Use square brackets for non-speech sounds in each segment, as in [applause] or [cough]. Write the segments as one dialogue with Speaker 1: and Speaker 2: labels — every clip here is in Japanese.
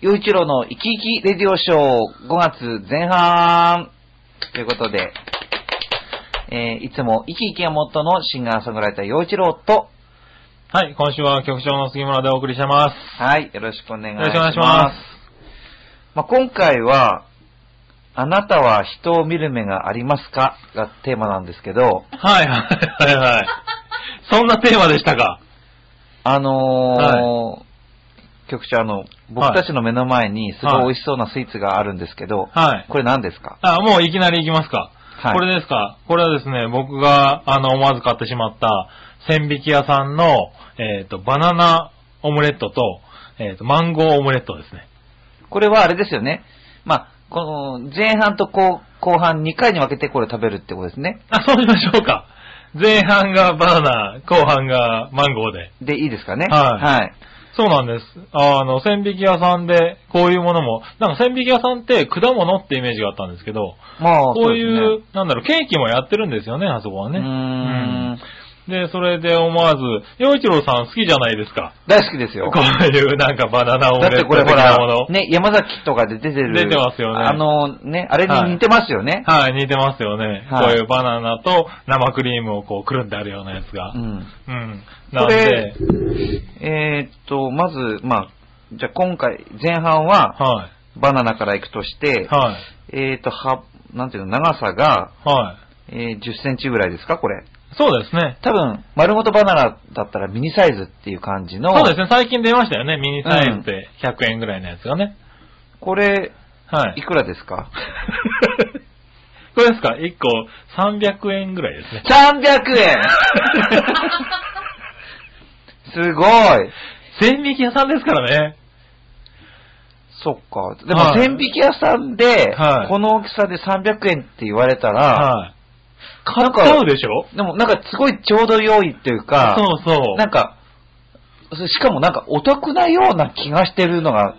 Speaker 1: 陽一郎の生き生きレディオショー5月前半ということで、えーいつも生き生きがモットーのシンガーソングライター陽一郎と、
Speaker 2: はい、今週は局長の杉村でお送りしてます。
Speaker 1: はい、よろしくお願いします。
Speaker 2: よろしくお願いしま
Speaker 1: まあ、今回は、あなたは人を見る目がありますかがテーマなんですけど、
Speaker 2: はい、はい、はい、はい。そんなテーマでしたか
Speaker 1: あのー局長、あの、僕たちの目の前にすごい美味しそうなスイーツがあるんですけど、
Speaker 2: はい。
Speaker 1: これ何ですか
Speaker 2: あ、もういきなり行きますか。
Speaker 1: はい
Speaker 2: これですかこれはですね、僕が、あの、思わず買ってしまった、千匹屋さんの、えっ、と、バナナオムレットと、えっ、と、マンゴーオムレットですね。
Speaker 1: これはあれですよね。まあ、この前半と後後半2回に分けてこれ食べるってことですね。
Speaker 2: あ、そうしましょうか。前半がバナナ、後半がマンゴーで。
Speaker 1: で、いいですかね。
Speaker 2: はい
Speaker 1: はい。
Speaker 2: そうなんです。あの、千匹屋さんで、こういうものも、なんか千匹屋さんって果物ってイメージがあったんですけど、
Speaker 1: まあ、
Speaker 2: こういう
Speaker 1: そですね
Speaker 2: なんだろう、ケーキもやってるんですよね、あそこはね。
Speaker 1: うーん
Speaker 2: うんで、それで思わず、洋一郎さん好きじゃないですか。
Speaker 1: 大好きですよ
Speaker 2: こ。ういうなんかバナナオム
Speaker 1: だっ
Speaker 2: レッ
Speaker 1: て
Speaker 2: ト
Speaker 1: これ
Speaker 2: 的
Speaker 1: ほ
Speaker 2: なも
Speaker 1: ら
Speaker 2: の、。
Speaker 1: ね、山崎とかで出てる。
Speaker 2: 出てますよね
Speaker 1: あの、ね、あれに似てますよね。
Speaker 2: はい、似てますよね。
Speaker 1: はい
Speaker 2: こういうバナナと生クリームをこうくるんであるようなやつが。
Speaker 1: う
Speaker 2: うん。
Speaker 1: ん。
Speaker 2: なんで、
Speaker 1: えーっと、まず、まあ、じゃあ今回、前半は、
Speaker 2: は
Speaker 1: バナナからいくとし
Speaker 2: い、
Speaker 1: て、
Speaker 2: はい、
Speaker 1: えーっと、は、なんていうの、長さが、
Speaker 2: はい。
Speaker 1: えー10センチぐらいですか、これ。
Speaker 2: そうですね。
Speaker 1: 多分、丸ごとバナナだったらミニサイズっていう感じの、
Speaker 2: そうですね、最近出ましたよね、ミニサイズで100円ぐらいのやつがね。
Speaker 1: これ、
Speaker 2: はいい。
Speaker 1: くらですか
Speaker 2: [laughs] これですか ?1 個300円ぐらいですね。
Speaker 1: ?300 円 [laughs] すごい
Speaker 2: 千匹屋さんですからね。
Speaker 1: そっか。でも、
Speaker 2: はい
Speaker 1: 千匹屋さんで
Speaker 2: は、い
Speaker 1: この大きさで300円って言われたら、
Speaker 2: はい。
Speaker 1: なんか
Speaker 2: 買うでしょ
Speaker 1: でもなんかすごいちょうど良いっていうか、
Speaker 2: そうそう。
Speaker 1: なんか、しかもなんかお得なような気がしてるのが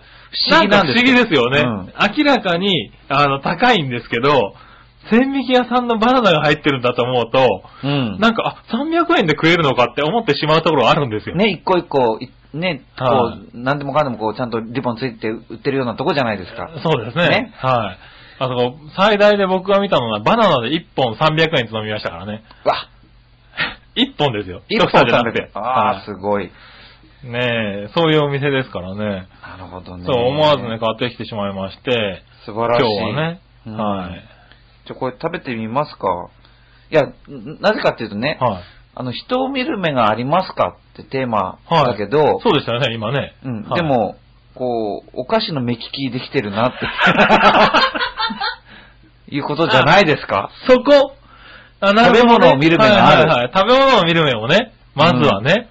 Speaker 1: 不思議なんです
Speaker 2: か不思議ですよね。
Speaker 1: うん
Speaker 2: 明らかに、あの、高いんですけど、千匹屋さんのバナナが入ってるんだと思うと、
Speaker 1: うん。
Speaker 2: なんか、あ、300円で食えるのかって思ってしまうところはあるんですよ。
Speaker 1: ね、一個一個、いね、こ、
Speaker 2: はいう
Speaker 1: なんでもかんでもこう、ちゃんとリボンついて売ってるようなとこじゃないですか。
Speaker 2: そうですね。
Speaker 1: ね
Speaker 2: はい。あそこ、最大で僕が見たのは、バナナで1本300円つまみましたからね。 [laughs]
Speaker 1: わ、
Speaker 2: 1本ですよ。
Speaker 1: 一
Speaker 2: 一
Speaker 1: 本
Speaker 2: 房じゃ
Speaker 1: 食
Speaker 2: なく
Speaker 1: べて
Speaker 2: て。。
Speaker 1: あ
Speaker 2: は
Speaker 1: あ、
Speaker 2: い
Speaker 1: すごい。
Speaker 2: ねえ、そういうお店ですからね。
Speaker 1: なるほどね。
Speaker 2: そう、思わずね、。買ってきてしまいまして、
Speaker 1: 素晴ら
Speaker 2: 今
Speaker 1: し
Speaker 2: 日
Speaker 1: い。
Speaker 2: はね。
Speaker 1: うん
Speaker 2: はい。
Speaker 1: ちょ、これ食べてみますか。いや、んなぜかっていうとね、
Speaker 2: はい。
Speaker 1: あの、人を見る目がありますかってテーマだけど、
Speaker 2: そうでしたよね、今ね。
Speaker 1: うん、
Speaker 2: はい
Speaker 1: で、も、こう、お菓子の目利きできてるなって。
Speaker 2: [laughs]
Speaker 1: いうことじゃないですか
Speaker 2: [laughs] そこ、あなるほど
Speaker 1: 食べ
Speaker 2: ね
Speaker 1: 物を見る目がある
Speaker 2: はいはいはい食べ物を見る目をね、まずはね。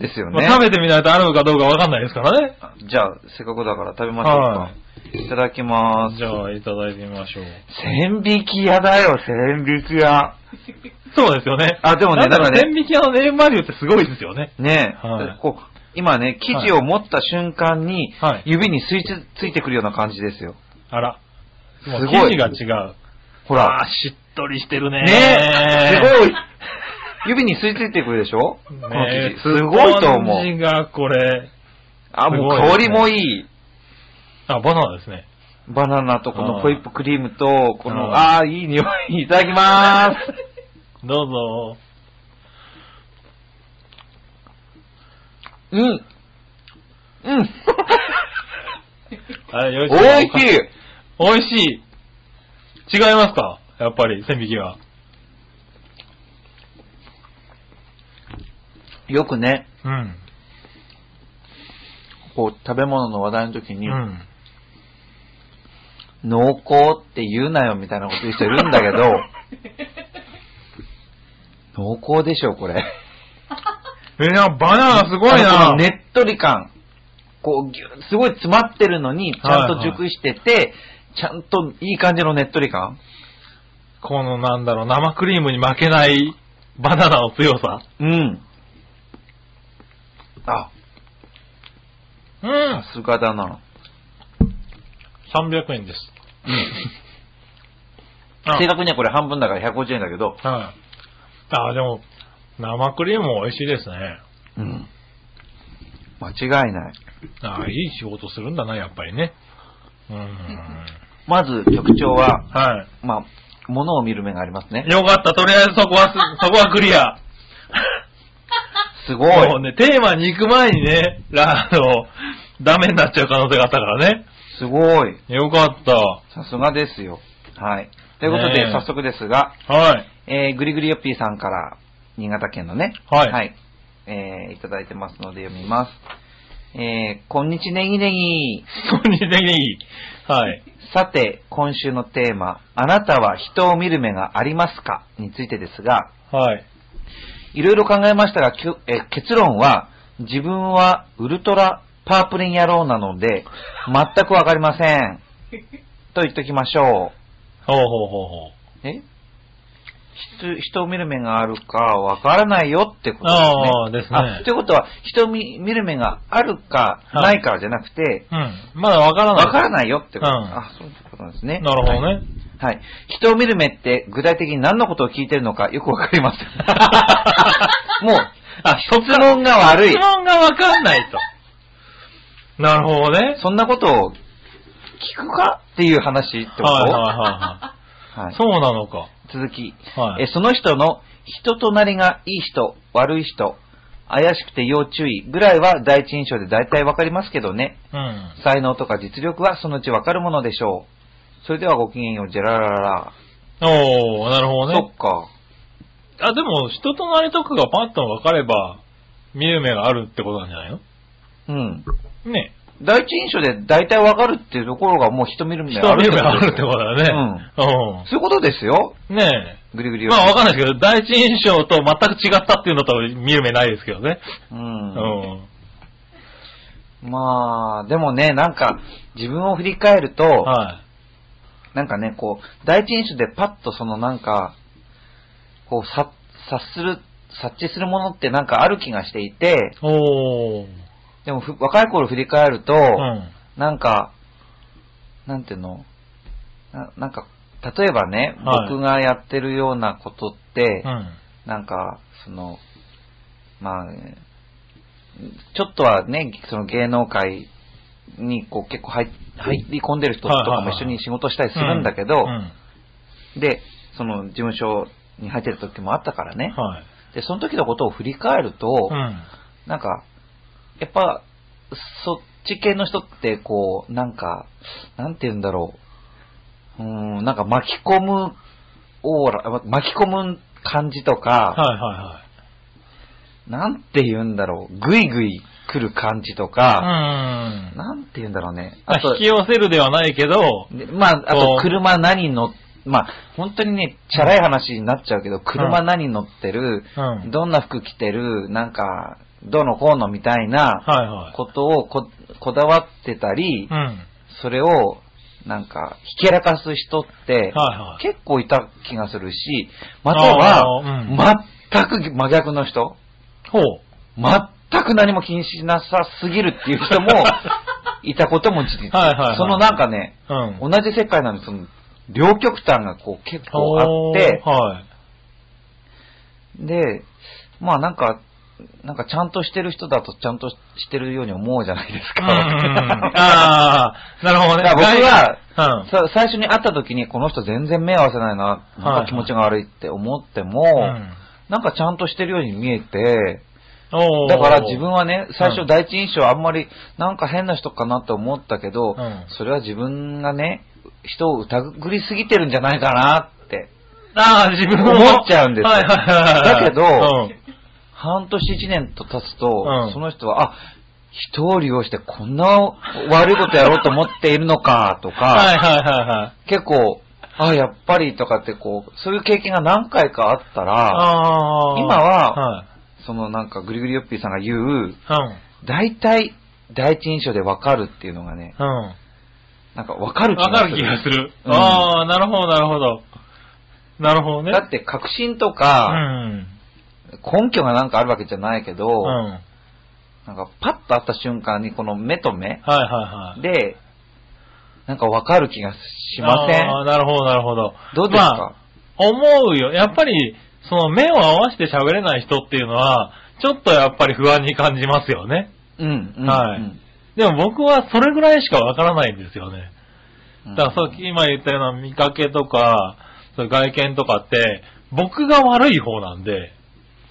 Speaker 1: ですよ
Speaker 2: ま
Speaker 1: ね。
Speaker 2: あ食べてみないとあるかどうかわかんないですからね。
Speaker 1: じゃあ、せっかくだから食べましょうか。、
Speaker 2: はい
Speaker 1: ただきます。
Speaker 2: じゃあ、いただいてみましょう。
Speaker 1: 千匹屋だよ、千匹屋。
Speaker 2: そうですよね。
Speaker 1: あでもね
Speaker 2: なん
Speaker 1: だからね
Speaker 2: 千匹屋のネームバリューってすごいですよね。
Speaker 1: ねえ、
Speaker 2: はい
Speaker 1: こう今ね、生地を持った瞬間に、
Speaker 2: はい
Speaker 1: 指に吸いつついてくるような感じですよ。
Speaker 2: あら。もう
Speaker 1: すごい
Speaker 2: 生地が違う。
Speaker 1: ほ
Speaker 2: あ
Speaker 1: ら。
Speaker 2: ーしっとりしてるね。
Speaker 1: ねえ、すごい。指に吸い付いてくるでしょ、この
Speaker 2: ね
Speaker 1: 生地。すごいと思
Speaker 2: スポ
Speaker 1: う。
Speaker 2: ンジがこれ、
Speaker 1: あ、もう
Speaker 2: すご
Speaker 1: 香
Speaker 2: いで
Speaker 1: り
Speaker 2: すね
Speaker 1: もいい。
Speaker 2: あ、バナナですね。
Speaker 1: バナナとこのホイップクリームと、この、あ
Speaker 2: あ
Speaker 1: あー、いい匂い。いただきまーす。
Speaker 2: どうぞ。
Speaker 1: うん。
Speaker 2: [laughs]
Speaker 1: うん。
Speaker 2: あれ、よいしょ
Speaker 1: 美味しい。
Speaker 2: 美味しい。違いますかやっぱり、千匹は。
Speaker 1: よくね、
Speaker 2: うん。
Speaker 1: こう、食べ物の話題の時
Speaker 2: う
Speaker 1: に、
Speaker 2: ん。
Speaker 1: 濃厚って言うなよみたいなこと言う人いるんだけ
Speaker 2: [laughs]
Speaker 1: ど、濃厚でしょ、これ。
Speaker 2: えー、なんかバナナすごい
Speaker 1: あのこの
Speaker 2: な。
Speaker 1: ねっとり感。こう、ぎゅすごい詰まってるのに、ちゃんと熟してて、ちゃんといい感じのねっとり感。
Speaker 2: このなんだろう、生クリームに負けないバナナの強さ。
Speaker 1: うん。あ、
Speaker 2: う
Speaker 1: さ
Speaker 2: ん。
Speaker 1: すがだな。
Speaker 2: 300円です。 [laughs]
Speaker 1: 正確にはこれ半分だから150円だけど、
Speaker 2: あ、はい。あ、でも、生クリームも美味しいですね。
Speaker 1: うん。間違いない。
Speaker 2: ああ、いい仕事するんだな、やっぱりね。うん。
Speaker 1: まず局長は、
Speaker 2: は
Speaker 1: まあ、物を見る目がありますね
Speaker 2: い。。よかった、とりあえずそこはす、 [laughs] そこはクリア。
Speaker 1: すごい。
Speaker 2: もうね、テーマに行く前にね、 [laughs] らあの、ダメになっちゃう可能性があったからね。
Speaker 1: すごい。
Speaker 2: よかった。
Speaker 1: さすがですよ。はい。ということで、
Speaker 2: ねえ
Speaker 1: 早速ですが、
Speaker 2: はい。
Speaker 1: えー、ぐりぐりよっぴーさんから、新潟県のね、
Speaker 2: はい
Speaker 1: えー、いただいてますので読みます。えー、こんにちネギネギ。
Speaker 2: こんにちは。はい。
Speaker 1: さて、今週のテーマ、あなたは人を見る目がありますかについてですが、
Speaker 2: はい。
Speaker 1: いろいろ考えましたが、きゅえー結論は、自分はウルトラパープリン野郎なので、全くわかりません。と言っときましょ
Speaker 2: ほうほうほうほ
Speaker 1: う。
Speaker 2: う。
Speaker 1: え人人を見る目があるかわからないよってことですね。
Speaker 2: ああですね
Speaker 1: あということは、人を見見る目があるか
Speaker 2: はい
Speaker 1: ないかじゃなくて、
Speaker 2: うん。まだわからない。。
Speaker 1: わからないいよってこと、
Speaker 2: うん
Speaker 1: あ、そういうことなんですね。
Speaker 2: なるほど
Speaker 1: はい
Speaker 2: ね。
Speaker 1: はい。人を見る目って具体的に何のことを聞いてるのかよくわかりません。
Speaker 2: [laughs]
Speaker 1: もう、
Speaker 2: あ、
Speaker 1: 質問が悪い
Speaker 2: 質。問がわかんないと。なるほどね。
Speaker 1: そんなことを聞くかっていう話ってこと、
Speaker 2: はいはいは
Speaker 1: はい
Speaker 2: いはい。そうなのか。
Speaker 1: 続き、
Speaker 2: はい
Speaker 1: え、その人の人となりがいい人、悪い人、怪しくて要注意ぐらいは第一印象で大体わかりますけどね。
Speaker 2: うん。
Speaker 1: 才能とか実力はそのうちわかるものでしょう。それではごきげんよう、ジェララララ。
Speaker 2: おー、なるほど
Speaker 1: そ
Speaker 2: ね
Speaker 1: っ。か。
Speaker 2: あ、でも、人となりとかがパッと分かれば、見る目があるってことなんじゃないの
Speaker 1: うん。
Speaker 2: ね。
Speaker 1: 第一印象で大体わかるっていうところがもう人見る目
Speaker 2: 人
Speaker 1: があ
Speaker 2: は
Speaker 1: る
Speaker 2: 見る
Speaker 1: こ
Speaker 2: 目
Speaker 1: と
Speaker 2: があるってことだね。
Speaker 1: うん。そういうことですよ。
Speaker 2: うん。ね
Speaker 1: ぐりぐり
Speaker 2: え。
Speaker 1: よっ
Speaker 2: まあ分かんないですけど、第一印象と全く違ったっていうのと見る目ないですけどね。
Speaker 1: うん
Speaker 2: う。ん。
Speaker 1: まあ、でもね、なんか、自分を振り返ると、
Speaker 2: は
Speaker 1: なんかね、こう、第一印象でパッとそのなんか、こう、察察する、察知するものってなんかある気がしていて
Speaker 2: い。、おー。
Speaker 1: でもふ若い頃振り返ると、
Speaker 2: うん。
Speaker 1: なんか、なんていうのななんか、例えばね、
Speaker 2: はい
Speaker 1: 僕がやってるようなことって、
Speaker 2: うん。
Speaker 1: なんか、その、まあ、えーちょっとはね、その芸能界にこう結構入入り込んでる人とかも一緒に仕事したりするんだけど、
Speaker 2: うん
Speaker 1: で、その事務所に入ってた時もあったからね、
Speaker 2: はい。
Speaker 1: で、その時のことを振り返ると、
Speaker 2: うん。
Speaker 1: なんか、やっぱ、そっち系の人って、こう、なんか、なんて言うんだろう。うーん、なんか巻き込むオーラ、巻き込む感じとか、
Speaker 2: はいは
Speaker 1: なんて言うんだろう。ぐいぐい来る感じと
Speaker 2: い
Speaker 1: か、
Speaker 2: はい。うん。
Speaker 1: なんて言うんだろうね。
Speaker 2: まあ
Speaker 1: あと
Speaker 2: 引き、寄せるではないけど、
Speaker 1: でまあ、あ
Speaker 2: ことう
Speaker 1: 車何乗っまあ、本当にね、チャラい話になっちゃうけど、車何乗ってる、
Speaker 2: うん
Speaker 1: どんな服着てる、なんか、どうのこうのみたいな、
Speaker 2: はいはい。
Speaker 1: ことをここだわってたり
Speaker 2: う、ん。はい
Speaker 1: それをなんかひけらかす人って
Speaker 2: はい。
Speaker 1: 結構いた気がするし、または
Speaker 2: あーうん
Speaker 1: 全く真逆の人、
Speaker 2: ほう。
Speaker 1: 全く何も気にしなさすぎるっていう人も
Speaker 2: [laughs]
Speaker 1: いたことも事実
Speaker 2: はいはいはい。
Speaker 1: そのなんかね、
Speaker 2: うん。
Speaker 1: 同じ世界なのにその両極端がこう結構あって、
Speaker 2: はい。
Speaker 1: で、まあなんか、なんかちゃんとしてる人だとちゃんとしてるように思うじゃないです
Speaker 2: うん
Speaker 1: か。 [laughs]
Speaker 2: ああ、なるほどね
Speaker 1: だ。から僕
Speaker 2: は、
Speaker 1: [laughs] さ最初に会った時にこの人全然目合わせないな、なんか気持ちが悪いって思っても、
Speaker 2: うん。
Speaker 1: なんかちゃんとしてるように見えて、
Speaker 2: おー
Speaker 1: だから自分はね、最
Speaker 2: う
Speaker 1: 初
Speaker 2: ん
Speaker 1: 第一印象あんまりなんか変な人かなと思ったけど、
Speaker 2: うん
Speaker 1: それは自分がね、人を疑りすぎてるんじゃないかなって。
Speaker 2: ああ、自分も
Speaker 1: 思っちゃうんですよ
Speaker 2: はいはいはいはい。
Speaker 1: だけど
Speaker 2: う
Speaker 1: 半年一年と経つと、
Speaker 2: うん
Speaker 1: その人は、あ、人を利用してこんな悪いことやろうと思っているのかとか、
Speaker 2: ん [laughs] はいはいはいはい。
Speaker 1: 結構、あ、やっぱりとかってこう、そういう経験が何回かあったら、
Speaker 2: ああ。
Speaker 1: 今は
Speaker 2: はい。
Speaker 1: そのなんかグリグリよっぴーさんが言う、
Speaker 2: うん。
Speaker 1: 大体、第一印象でわかるっていうのがね、
Speaker 2: うん。
Speaker 1: なんかわかる気
Speaker 2: わ
Speaker 1: が
Speaker 2: か
Speaker 1: する。
Speaker 2: る気がする。
Speaker 1: うん
Speaker 2: ああ、なるほど、なるほど。なるほどね。
Speaker 1: だって確信と
Speaker 2: う
Speaker 1: か、
Speaker 2: ん。
Speaker 1: 根拠がなんかあるわけじゃないけど、
Speaker 2: うん。はい
Speaker 1: なんかパッと会った瞬間にこの目と目
Speaker 2: はいはい。
Speaker 1: で、なんかわかる気がしませ
Speaker 2: あ
Speaker 1: ん
Speaker 2: あ、なるほど、なるほど。
Speaker 1: どうですか、
Speaker 2: まあ思うよ。やっぱり、その目を合わせて喋れない人っていうのは、ちょっとやっぱり不安に感じますよね。
Speaker 1: うん、うん。
Speaker 2: はい
Speaker 1: うん
Speaker 2: でも僕はそれぐらいしかわからないんですよね。
Speaker 1: うん
Speaker 2: だからそう、今言ったような見かけとか、そういう外見とかって、僕が悪い方なんで、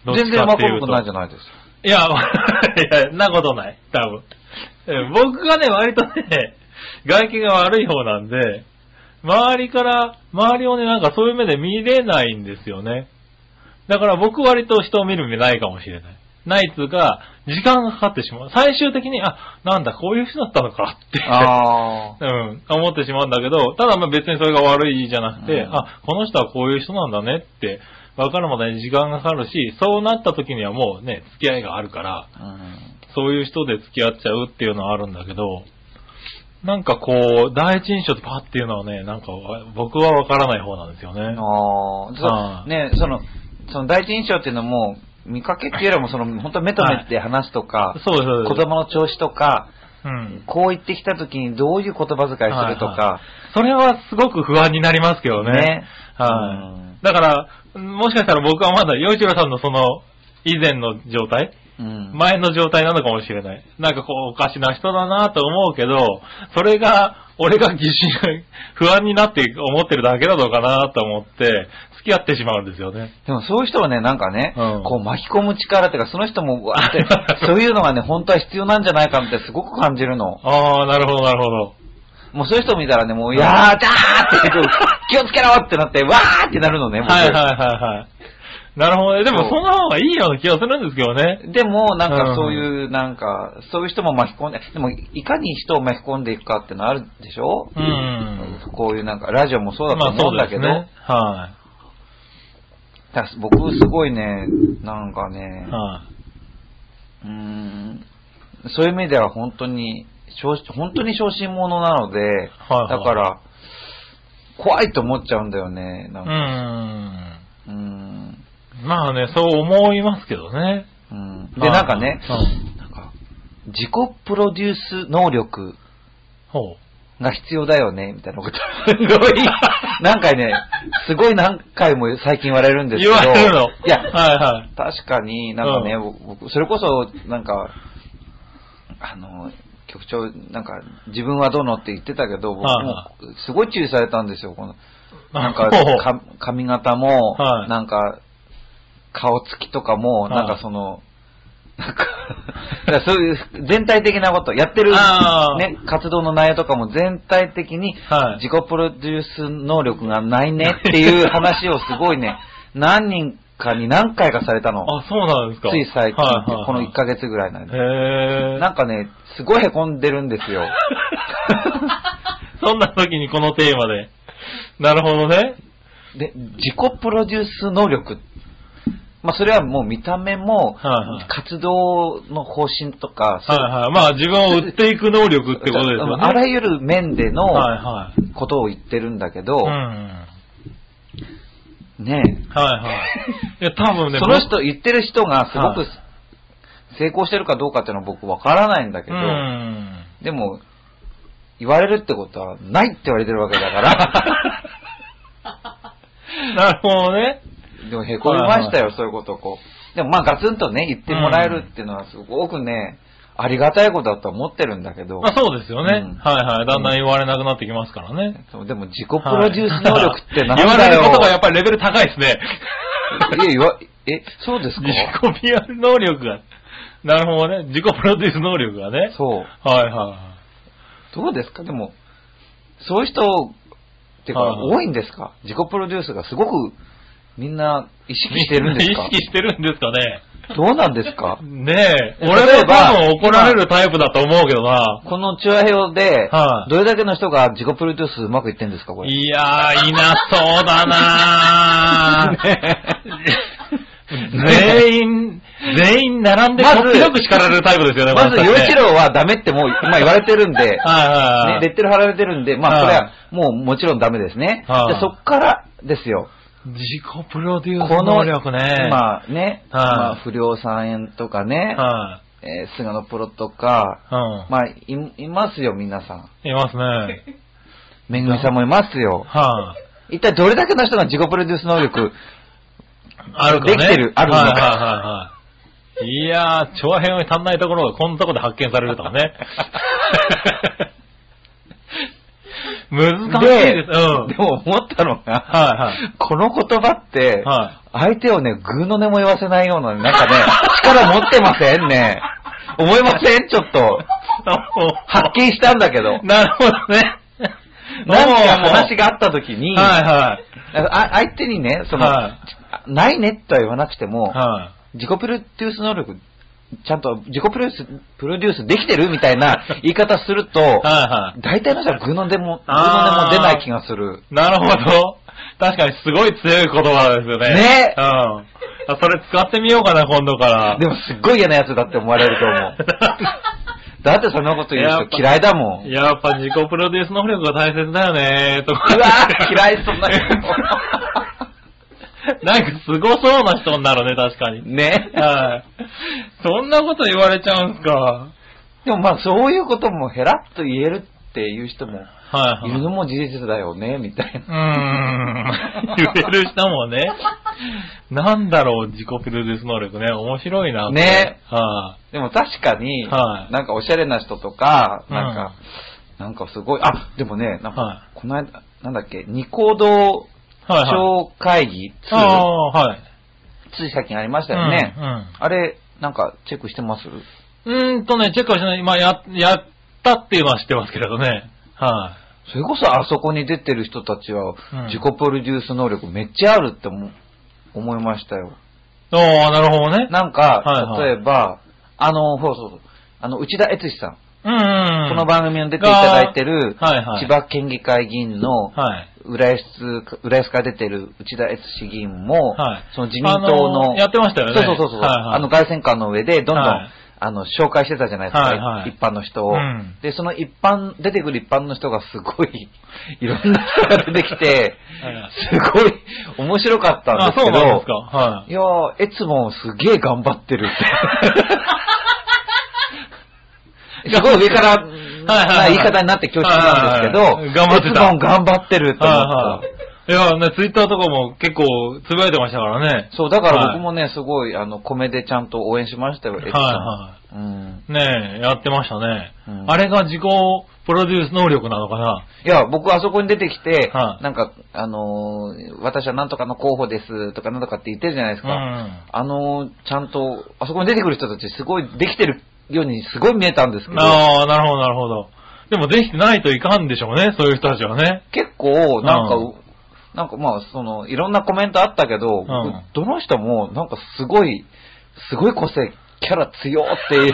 Speaker 2: どっ
Speaker 1: 全
Speaker 2: ち
Speaker 1: 然
Speaker 2: かっ
Speaker 1: わ
Speaker 2: て
Speaker 1: か
Speaker 2: いう。
Speaker 1: ることとないじゃないで
Speaker 2: [laughs]
Speaker 1: すか。
Speaker 2: いや、いや、なことない。多分。え僕がね、割とね、外見が悪い方なんで、周りから、周りをね、なんかそういう目で見れないんですよね。だから僕割と人を見る目ないかもしれない。ないっつうか、時間がかかってしまう。最終的に、あ、なんだ、こういう人だったのかって。
Speaker 1: ああ。
Speaker 2: うん、思ってしまうんだけど、ただまあ別にそれが悪いじゃなくて、
Speaker 1: うん
Speaker 2: あ、この人はこういう人なんだねって分かるまでに時間がかかるし、そうなった時にはもうね、付き合いがあるから、
Speaker 1: うん
Speaker 2: そういう人で付き合っちゃうっていうのはあるんだけど、なんかこう、第一印象でパッっていうのはね、なんかわ僕は分からない方なんですよね。
Speaker 1: ああそ
Speaker 2: は。
Speaker 1: う
Speaker 2: い
Speaker 1: ね、その、その第一印象っていうのも、見かけっていうよりも、その、本当目と目って話とか、
Speaker 2: そうです、そうです。
Speaker 1: 子供の調子とか、
Speaker 2: うん。
Speaker 1: こう言ってきた時にどういう言葉遣いするとか、
Speaker 2: それはすごく不安になりますけどね。
Speaker 1: ね
Speaker 2: は
Speaker 1: うん
Speaker 2: い。だから、もしかしたら僕はまだ、洋一郎さんのその、以前の状態
Speaker 1: うん
Speaker 2: 前の状態なのかもしれない。なんかこう、おかしな人だなと思うけど、それが、俺が疑心、不安になって思ってるだけなのかなと思って、付き合ってしまうんですよね。
Speaker 1: でもそういう人はね、なんかね、
Speaker 2: うん
Speaker 1: こう巻き込む力っていうか、その人もわーって、
Speaker 2: [laughs]
Speaker 1: そういうのがね、本当は必要なんじゃないかみたいなすごく感じるの。
Speaker 2: ああ、なるほど、なるほど。
Speaker 1: もうそういう人を見たらね、もう、いやーだーって言う
Speaker 2: [laughs]
Speaker 1: と、気をつけろってなって、わーってなるのね、僕
Speaker 2: はいはいはいはい。なるほどね。でも、
Speaker 1: そ
Speaker 2: そんな方がいいような気がするんですけどね。
Speaker 1: でも、なんかそういう、なんか、そういう人も巻き込んで、でも、いかに人を巻き込んでいくかってのあるでしょ
Speaker 2: うん
Speaker 1: こういうなんか、ラジオもそうだと
Speaker 2: まあ、そ
Speaker 1: 思う
Speaker 2: うん
Speaker 1: だ
Speaker 2: です
Speaker 1: けど、
Speaker 2: ね。は
Speaker 1: だから僕すごいね、なんか
Speaker 2: い。
Speaker 1: ね、
Speaker 2: は
Speaker 1: うーんそういう意味では本当に、小本当に小心者なので、
Speaker 2: はい
Speaker 1: だから、怖いと思っちゃうんだよね、なんか。
Speaker 2: い。うん。
Speaker 1: うーん。
Speaker 2: まあね、そう思いますけどね。
Speaker 1: うん、で、
Speaker 2: まあ
Speaker 1: なんかね、
Speaker 2: うん
Speaker 1: なんか、自己プロデュース能力
Speaker 2: ほう。
Speaker 1: が必要だよね、みたいなこと。すごい、
Speaker 2: [laughs]
Speaker 1: 何回ね、すごい何回も最近言われるんですけ
Speaker 2: 言
Speaker 1: ど。
Speaker 2: われるの。
Speaker 1: いや、
Speaker 2: はいはい。
Speaker 1: 確かになんかね、僕、それこそ、なんか、あの、局長、なんか、自分はどうのって言ってたけど、僕
Speaker 2: はい
Speaker 1: も
Speaker 2: は
Speaker 1: すごい注意されたんですよ。このなんか
Speaker 2: [laughs] ほう
Speaker 1: か、髪型も、
Speaker 2: はい
Speaker 1: なんか、顔つきとかも、
Speaker 2: はい
Speaker 1: なんかその、なんか、 [laughs] だからそういう全体的なこと、やってる、
Speaker 2: あー
Speaker 1: ね、活動の内容とかも全体的に
Speaker 2: はい
Speaker 1: 自己プロデュース能力がないね
Speaker 2: [laughs]
Speaker 1: っていう話をすごいね、何人かに何回かされたの。
Speaker 2: あ、そうなんですか。
Speaker 1: つい最近、
Speaker 2: はいはいはい
Speaker 1: この1ヶ月ぐらいの間。
Speaker 2: へ
Speaker 1: な
Speaker 2: ー
Speaker 1: んかね、すごい凹んでるんです
Speaker 2: [laughs]
Speaker 1: よ。
Speaker 2: そんな時にこのテーマで。なるほどね。
Speaker 1: で、自己プロデュース能力。まあ、それはもう見た目も、
Speaker 2: はいはい
Speaker 1: 活動の方針とか、そう
Speaker 2: はいはい。まあ自分を売っていく能力
Speaker 1: [laughs]
Speaker 2: ってことですよね。
Speaker 1: あらゆる面での
Speaker 2: はいはい。
Speaker 1: ことを言ってるんだけど、
Speaker 2: うん。は
Speaker 1: ね
Speaker 2: いはい。いや、多分ね、
Speaker 1: その
Speaker 2: 僕
Speaker 1: 人、言ってる人がすご
Speaker 2: は
Speaker 1: く
Speaker 2: い
Speaker 1: 成功してるかどうかっていうのは僕わからないんだけ
Speaker 2: う
Speaker 1: ど、
Speaker 2: ん。
Speaker 1: でも、言われるってことはないって言われてるわけだから、
Speaker 2: [laughs] なるほどね。
Speaker 1: でもへこみました
Speaker 2: はい
Speaker 1: よ、そういうことをこう。でもまあガツンとね、言ってもらえるっていうのはすごくね、ありがたいことだと思ってるんだけど
Speaker 2: ま、あそうですよね。
Speaker 1: うん
Speaker 2: はいはい。だんだん言われなくなってきますからね。
Speaker 1: そうでも自己プロデュース能力ってなん
Speaker 2: はい言わ
Speaker 1: だ
Speaker 2: れ
Speaker 1: よ
Speaker 2: る。ことがやっぱりレベル高いで
Speaker 1: [laughs]
Speaker 2: すね。
Speaker 1: いや、言わえ、そうです
Speaker 2: [laughs] 自
Speaker 1: か
Speaker 2: 己 PR 能力が。なるほどね。自己プロデュース能力がね。
Speaker 1: そう。
Speaker 2: はいは
Speaker 1: どうですかでも、そういう人、ってか、
Speaker 2: はいはい
Speaker 1: 多いんですか自己プロデュースがすごく、みんな意
Speaker 2: い。
Speaker 1: 識してるんですか
Speaker 2: 意識してるんですかね。
Speaker 1: どうなんですか
Speaker 2: ねえ。
Speaker 1: 例えば
Speaker 2: 俺も多分怒られるタイプだと思うけどな。
Speaker 1: このチュアヘオで
Speaker 2: は、い
Speaker 1: どれだけの人が自己プロデュースうまくいってんですかこれ。
Speaker 2: いやー、いなそうだなー全員、全員並んで
Speaker 1: まず
Speaker 2: こっぴどく叱られるタイプですよね、
Speaker 1: まず、
Speaker 2: 私
Speaker 1: 洋
Speaker 2: ね
Speaker 1: 一郎はダメってもう、今言われてるんで、
Speaker 2: はいはい
Speaker 1: ね
Speaker 2: は、い
Speaker 1: レッテル貼られてるんで、まあ、
Speaker 2: はい
Speaker 1: それは、もう、もちろんダメですね。
Speaker 2: はい
Speaker 1: でそっからですよ。
Speaker 2: 自己プロデュース
Speaker 1: こ
Speaker 2: 能
Speaker 1: の、
Speaker 2: 力ね。
Speaker 1: まあね、
Speaker 2: はい
Speaker 1: まあ、不良三円とかね、
Speaker 2: はい、
Speaker 1: えー菅野プロとか、
Speaker 2: うん。
Speaker 1: まあ、い、いますよ、皆さん。
Speaker 2: いますね。
Speaker 1: めぐみさんもいますよ。
Speaker 2: はい、
Speaker 1: 一体どれだけの人が自己プロデュース能力、
Speaker 2: あるかね。
Speaker 1: できてるあるのか
Speaker 2: はいはいはいはい。いやー、長編を足んないところがこんなところで発見されると
Speaker 1: [laughs]
Speaker 2: かね。難しいです。うん。
Speaker 1: でも思ったのが、
Speaker 2: はいはい
Speaker 1: この言葉って、
Speaker 2: は
Speaker 1: 相手をね、ぐーの音も言わせないような、なんかね、力持ってませんね。思いませんちょっと。発見したんだけど。
Speaker 2: なるほどね。
Speaker 1: なんか
Speaker 2: も
Speaker 1: 話があった時
Speaker 2: う
Speaker 1: に、
Speaker 2: はいはい。
Speaker 1: あ相手にね、その、
Speaker 2: はい
Speaker 1: ないねとは言わなくても、
Speaker 2: は
Speaker 1: 自己プロデュース能力、ちゃんと自己プロデュース、プロデュースできてるみたい
Speaker 2: [laughs]
Speaker 1: な言い方すると、
Speaker 2: い。はいはい。
Speaker 1: 大体の人はグのでも、グの
Speaker 2: あー
Speaker 1: でも出ない気がする。
Speaker 2: なるほど。確かにすごい強い言葉ですよね。
Speaker 1: ね
Speaker 2: うん。あそれ使ってみようかな、今度から。
Speaker 1: でもすっごい嫌なやつだって思われると
Speaker 2: [laughs]
Speaker 1: 思う。だってそんなこと言
Speaker 2: や
Speaker 1: う
Speaker 2: っ
Speaker 1: 人
Speaker 2: ぱ
Speaker 1: 嫌いだもん。う
Speaker 2: やっぱ自己プロデュース能力が大切だよね、とか。
Speaker 1: わー嫌いそんな
Speaker 2: [laughs]
Speaker 1: 人。
Speaker 2: なんかすごそうな人になるね、確かに。
Speaker 1: ね。
Speaker 2: はい。そんなこと言われちゃうんすか。は
Speaker 1: でもまあそういうこともヘラッと言えるっていう人も
Speaker 2: いはい
Speaker 1: い。るのも事実だよね、みたいな。
Speaker 2: うーん。言える人もね。なんだろう、自己プロデュース能力ね。面白いな。これ
Speaker 1: ね。
Speaker 2: は
Speaker 1: でも確かに、
Speaker 2: はい
Speaker 1: なんかおしゃれな人とか、
Speaker 2: うん
Speaker 1: なんか、なんかすごい、あ、でもね、なん
Speaker 2: はい
Speaker 1: か、この間、なんだっけ、ニコ動
Speaker 2: い。はいはい。
Speaker 1: 超会議2、
Speaker 2: ああ、はい。
Speaker 1: つい最近ありましたよね。
Speaker 2: うんうん
Speaker 1: あれ、なんかチェックしてます
Speaker 2: うーんとね、チェックはしない。まあ、や、やったっていうのは知ってますけれどね。は
Speaker 1: それこそあそこに出てる人たちは
Speaker 2: うん、
Speaker 1: 自己プロデュース能力めっちゃあるって思思いましたよ。
Speaker 2: い。おー、なるほどね。
Speaker 1: なんか、
Speaker 2: はいはい
Speaker 1: 例えば、あの、そうそうそう、あの、内田悦司さん、
Speaker 2: うんうんうん。
Speaker 1: この番組に出ていただいてる、
Speaker 2: あーはいはい
Speaker 1: 千葉県議会議員の、
Speaker 2: はい。
Speaker 1: 浦安、浦安から出てる内田悦司議員も、
Speaker 2: はい
Speaker 1: その自民党の、
Speaker 2: あのやってましたよね
Speaker 1: そうそうそうそう、
Speaker 2: はいはい
Speaker 1: あの外線官の上でどんどん、
Speaker 2: はい
Speaker 1: あの、紹介してたじゃないですか、
Speaker 2: はいはい
Speaker 1: 一般の人を、
Speaker 2: うん
Speaker 1: で、その一般、出てくる一般の人がすごい、 [laughs] いろんな人が出てきて
Speaker 2: はいはい、
Speaker 1: すごい面白かったん
Speaker 2: あ、
Speaker 1: です
Speaker 2: そ
Speaker 1: け
Speaker 2: うなんです
Speaker 1: ど
Speaker 2: か。、はい
Speaker 1: いやー、えつもすげえ頑張って
Speaker 2: [laughs]
Speaker 1: るって。すごい上から、
Speaker 2: はい
Speaker 1: な
Speaker 2: はい
Speaker 1: 言い方になって恐縮なんですけ
Speaker 2: はい
Speaker 1: ど
Speaker 2: はいはい、頑張ってた
Speaker 1: えつも頑張ってるって思った。
Speaker 2: はいはい。いや、ね、ツイッターとかも結構つぶやいてましたからね。
Speaker 1: そう、だから僕
Speaker 2: も。
Speaker 1: もね、すごい、あの、米でちゃんと応援しましたよ、エッチさん。
Speaker 2: はい
Speaker 1: いうん、
Speaker 2: ねえ、やってましたね
Speaker 1: うん。
Speaker 2: あれが自己プロデュース能力なのかない
Speaker 1: や、僕あそこに出てきて、
Speaker 2: はい
Speaker 1: なんか、あのー私はなんとかの候補ですとかなんとかって言ってるじゃないです
Speaker 2: う
Speaker 1: か。
Speaker 2: ん。
Speaker 1: あのーちゃんと、あそこに出てくる人たちすごいできてるようにすごい見えたんですけど、
Speaker 2: ああ、なるほど、なるほど。でもできてないといかんでしょうね、そういう人たちはね。
Speaker 1: 結構、なんか、
Speaker 2: うん
Speaker 1: なんかまあ、その、いろんなコメントあったけど、僕
Speaker 2: うん
Speaker 1: どの人も、なんかすごい、すごい個性、キャラ強って
Speaker 2: [laughs]
Speaker 1: いう、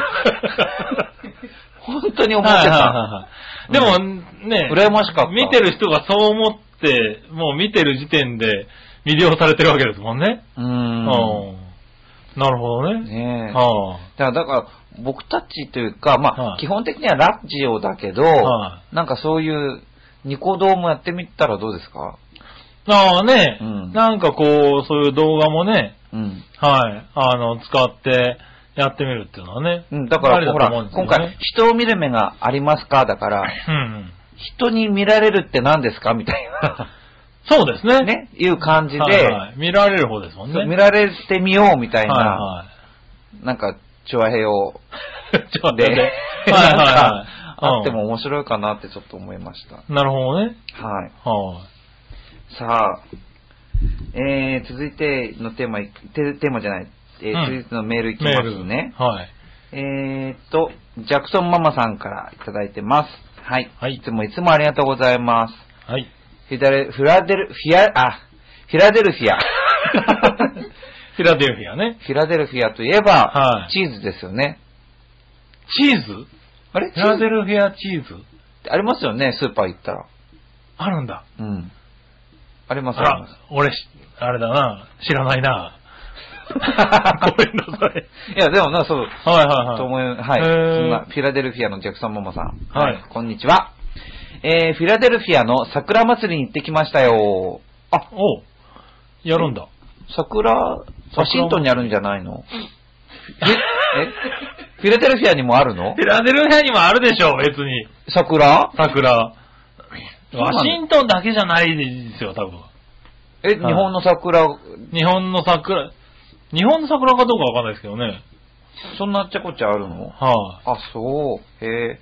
Speaker 1: 本当 [laughs] に思って
Speaker 2: はいはい
Speaker 1: た。
Speaker 2: はい
Speaker 1: う
Speaker 2: はい。でもね、
Speaker 1: 羨ましかった
Speaker 2: 見てる人がそう思って、もう見てる時点で魅了されてるわけですもんね。
Speaker 1: う。
Speaker 2: うんなるほどね。
Speaker 1: ねえ
Speaker 2: は
Speaker 1: だから、だから僕たちというか、ま
Speaker 2: は
Speaker 1: あ、
Speaker 2: い
Speaker 1: 基本的にはラジオだけど、
Speaker 2: は
Speaker 1: なんかそういう、ニコ動もやってみたらどうですか
Speaker 2: あああね、
Speaker 1: うん
Speaker 2: なんかこう、そういう動画もね、
Speaker 1: うん。
Speaker 2: はい、あの、使ってやってみるっていうのはね。
Speaker 1: うん、だから、
Speaker 2: あり
Speaker 1: ほ
Speaker 2: と思う
Speaker 1: ら
Speaker 2: ん、ですよ
Speaker 1: 今
Speaker 2: ね
Speaker 1: 回、。人を見る目がありますかだから、
Speaker 2: うん。
Speaker 1: 人に見られるって何ですかみたいな。
Speaker 2: そうですね。
Speaker 1: ね、いう感じで、
Speaker 2: はいはい見られる方ですもんね。
Speaker 1: そう見られてみようみたいな、
Speaker 2: は
Speaker 1: なんか、チョアヘヨ
Speaker 2: い [laughs] はい。ちょっと
Speaker 1: [laughs] で、。
Speaker 2: 待ってね
Speaker 1: なんか、あって
Speaker 2: う
Speaker 1: も面白いかなってちょっと思いました。
Speaker 2: ん。なるほどね。
Speaker 1: はい。
Speaker 2: はい。
Speaker 1: さあ、えー、続いてのテーマい、テテーマじゃない、えー
Speaker 2: うん
Speaker 1: 続いてのメールいきま
Speaker 2: メー
Speaker 1: す
Speaker 2: ル。
Speaker 1: ね。
Speaker 2: はい。
Speaker 1: えーっと、ジャクソンママさんからいただいてます。はい。
Speaker 2: はい
Speaker 1: いつもいつもありがとうございます。 [laughs]
Speaker 2: はい。
Speaker 1: フィダレ、フラデル、フィア、あ、フィラデル
Speaker 2: [laughs]
Speaker 1: フィア。
Speaker 2: フィラデルフィアね。
Speaker 1: フィラデルフィアといえば、
Speaker 2: はい
Speaker 1: チーズですよね。
Speaker 2: チーズ
Speaker 1: あれ
Speaker 2: フィラデ
Speaker 1: ル
Speaker 2: ルフィアチーズ
Speaker 1: ありますよね、スーパー行ったら。
Speaker 2: あるんだ。
Speaker 1: うん。あります
Speaker 2: あ
Speaker 1: ありま
Speaker 2: ら
Speaker 1: す。、
Speaker 2: 俺し、あれだな。知らないな。 [laughs] ごめんなさ
Speaker 1: [laughs]
Speaker 2: い。
Speaker 1: いや、でもな、そう、
Speaker 2: はいはいはい。
Speaker 1: と思い、はい。
Speaker 2: へ
Speaker 1: そ
Speaker 2: ー
Speaker 1: んな、フィラデルフィアのジャクソンママさん。
Speaker 2: はい
Speaker 1: こんにちは。えー、フィラデルフィアの桜祭りに行ってきましたよ。あ、
Speaker 2: おうやるんだ。
Speaker 1: 桜、ワシントンにあるんじゃないの
Speaker 2: [laughs]
Speaker 1: えフィラデルフィアにもあるの
Speaker 2: フィラデルフィアにもあるでしょ、別に。
Speaker 1: 桜
Speaker 2: 桜。
Speaker 1: うなの
Speaker 2: ワシントンだけじゃないですよ、多分。
Speaker 1: え、日本の桜、
Speaker 2: 日本の桜、日本の桜かどうかわかんないですけどね。
Speaker 1: そんなあっちゃこっちゃあるの
Speaker 2: は
Speaker 1: あ、そう。へえ。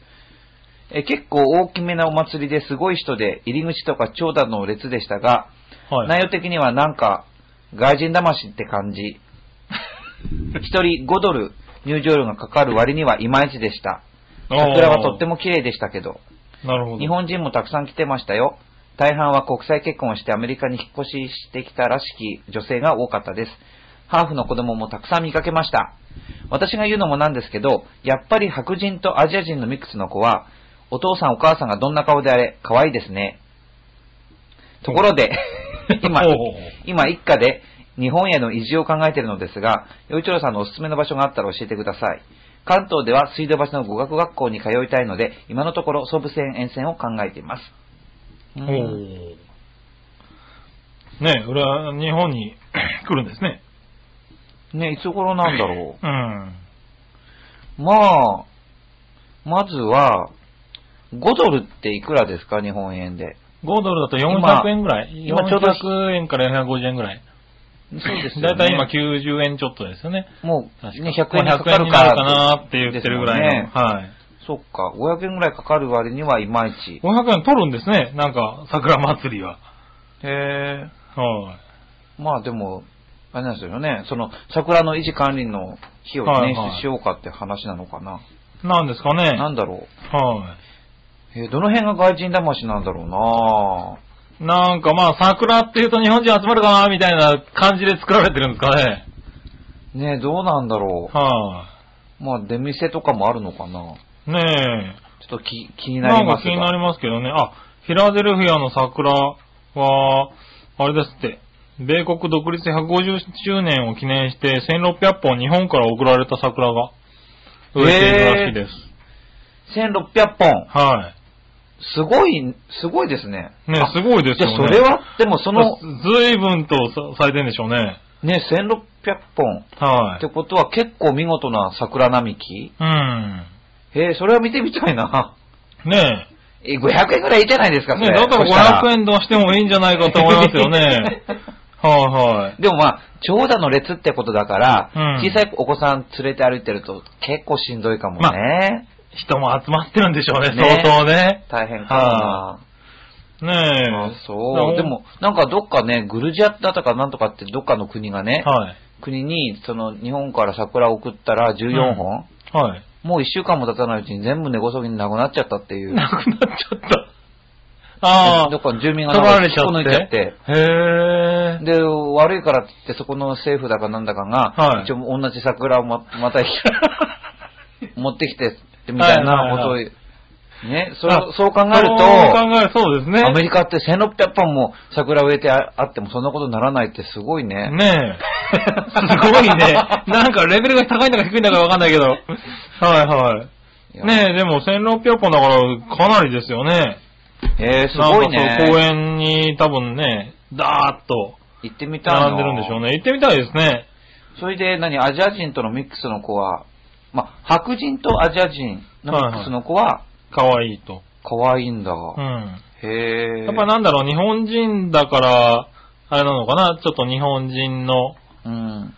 Speaker 1: え、結構大きめなお祭りですごい人で、入り口とか長蛇の列でしたが、
Speaker 2: い。はい。
Speaker 1: 内容的にはなんか、外人魂って感じ。
Speaker 2: [laughs]
Speaker 1: 一人5ドル入場料がかかる割にはいまいちでした。桜はとっても綺麗でしたけど、
Speaker 2: も。なるほど。
Speaker 1: 日本人もたくさん来てましたよ。大半は国際結婚をしてアメリカに引っ越ししてきたらしき女性が多かったです。ハーフの子供もたくさん見かけました。私が言うのもなんですけど、やっぱり白人とアジア人のミックスの子は、お父さんお母さんがどんな顔であれ、可愛いですね。ところ
Speaker 2: [laughs]
Speaker 1: で、今
Speaker 2: ほうほうほう、
Speaker 1: 今一家で日本への移住を考えているのですが、与一郎さんのおすすめの場所があったら教えてください。関東では水道橋の語学学校に通いたいので、今のところ総武線沿線を考えています。うん
Speaker 2: おーねえ、俺は日本に来るんですね。
Speaker 1: ね、いつ頃なんだろ
Speaker 2: うん。
Speaker 1: う。まあ、まずは、5ドルっていくらですか、日本円で。
Speaker 2: 5ドルだと
Speaker 1: 今
Speaker 2: 400円ぐらい
Speaker 1: 今ちょうど
Speaker 2: ?400 円から450円ぐらい。
Speaker 1: そうですよね。
Speaker 2: [laughs] だいたい今90円ちょっとですよね。
Speaker 1: もう、
Speaker 2: 確
Speaker 1: ね、
Speaker 2: か
Speaker 1: 100円にかか
Speaker 2: 500円
Speaker 1: る
Speaker 2: に
Speaker 1: か
Speaker 2: な
Speaker 1: ら
Speaker 2: るかなって言ってるぐらいの。
Speaker 1: ですもんね
Speaker 2: はい。
Speaker 1: そっか、500円ぐらいかかる割にはいまいち。
Speaker 2: 500円取るんですね。なんか、桜祭りは。
Speaker 1: へ
Speaker 2: は
Speaker 1: まあでも、あれなんですよね、その、桜の維持管理の費を
Speaker 2: はい
Speaker 1: 捻
Speaker 2: はい
Speaker 1: 出しようかって話なのかな。
Speaker 2: い。なんですかね。
Speaker 1: なんだろ
Speaker 2: は。
Speaker 1: う。えーどの辺が外人魂なんだろうない
Speaker 2: なんかまあ、桜って言うと日本人集まるかな、みたいな感じで作られてるんですかね。
Speaker 1: ねえ、どうなんだろ
Speaker 2: は。
Speaker 1: う。まあ、出店とかもあるのかない
Speaker 2: ね
Speaker 1: ちょっと気気に
Speaker 2: え。
Speaker 1: な
Speaker 2: な
Speaker 1: り
Speaker 2: ん
Speaker 1: ま
Speaker 2: か
Speaker 1: す
Speaker 2: 気
Speaker 1: が
Speaker 2: になりますけどね。あ、フィラデルフィアの桜は、あれですって。米国独立150周年を記念して1600本日本から送られた桜が植えているらしいです。
Speaker 1: 1600本。
Speaker 2: は
Speaker 1: すごい、すごいですね。
Speaker 2: い。ね
Speaker 1: あ
Speaker 2: すごいです
Speaker 1: じ
Speaker 2: よね。
Speaker 1: ゃあそれは、でもその、
Speaker 2: 随分とさされてるんでしょうね。
Speaker 1: ね、1600本。
Speaker 2: は
Speaker 1: って
Speaker 2: い。
Speaker 1: ことは結構見事な桜並木
Speaker 2: うん。
Speaker 1: えー、それは見てみたいな。
Speaker 2: ね
Speaker 1: え、500円ぐらいいいじゃないです
Speaker 2: え。
Speaker 1: か、そ
Speaker 2: ね
Speaker 1: れ。
Speaker 2: えだ
Speaker 1: そした
Speaker 2: から500円出してもいいんじゃないかと思いますよね。はいは
Speaker 1: [laughs]
Speaker 2: い。
Speaker 1: でもまあ、長蛇の列ってことだから、
Speaker 2: うん
Speaker 1: 小さいお子さん連れて歩いてると結構しんどいかもね。
Speaker 2: 人も集まってるんでしょうね、
Speaker 1: ねえ
Speaker 2: 相当ね。
Speaker 1: 大変かも
Speaker 2: ねえ
Speaker 1: な。。あそう。でも、なんかどっかね、グルジアだったかなんとかってどっかの国がね、
Speaker 2: はい。
Speaker 1: 国に、その、日本から桜を送ったら14本、
Speaker 2: はい。
Speaker 1: もう1週間も経たないうちに全部根こそぎになくなっちゃったっていう。
Speaker 2: なくなっちゃった。ああ。
Speaker 1: どっかの住民が
Speaker 2: 取られ
Speaker 1: 引
Speaker 2: ち
Speaker 1: っこ抜いちゃ
Speaker 2: ゃ
Speaker 1: っ
Speaker 2: って。へ
Speaker 1: て。
Speaker 2: え。
Speaker 1: で、悪いからって言って、そこの政府だかなんだかが、
Speaker 2: はい
Speaker 1: 一応同じ桜をままた引き持ってきて、みたいなことを、
Speaker 2: はいはい
Speaker 1: ね、それそう考える
Speaker 2: そ
Speaker 1: と、
Speaker 2: う考える、そうですね。
Speaker 1: アメリカって1600本も桜植えてああってもそんなことにならないってすごいね。
Speaker 2: ねえ。すごい
Speaker 1: [laughs]
Speaker 2: ね。なんかレベルが高いんだか低いんだかわかんないけど。はいはい。
Speaker 1: いや
Speaker 2: ねえ、でも1600本だからかなりですよね。
Speaker 1: えー、すごい
Speaker 2: なんかそう公
Speaker 1: ね。
Speaker 2: 園に多分ね、ダーッと
Speaker 1: 行ってみたいな。
Speaker 2: 並んでるんでしょうね。行ってみたいですね。
Speaker 1: それで何、アジア人とのミックスの子は、まあ、白人とアジア人のミックスの子は
Speaker 2: かわいいと。
Speaker 1: 可愛いんだ。
Speaker 2: うん。
Speaker 1: へえ。
Speaker 2: やっぱなんだろう、日本人だから、あれなのかな、ちょっと日本人の
Speaker 1: うん。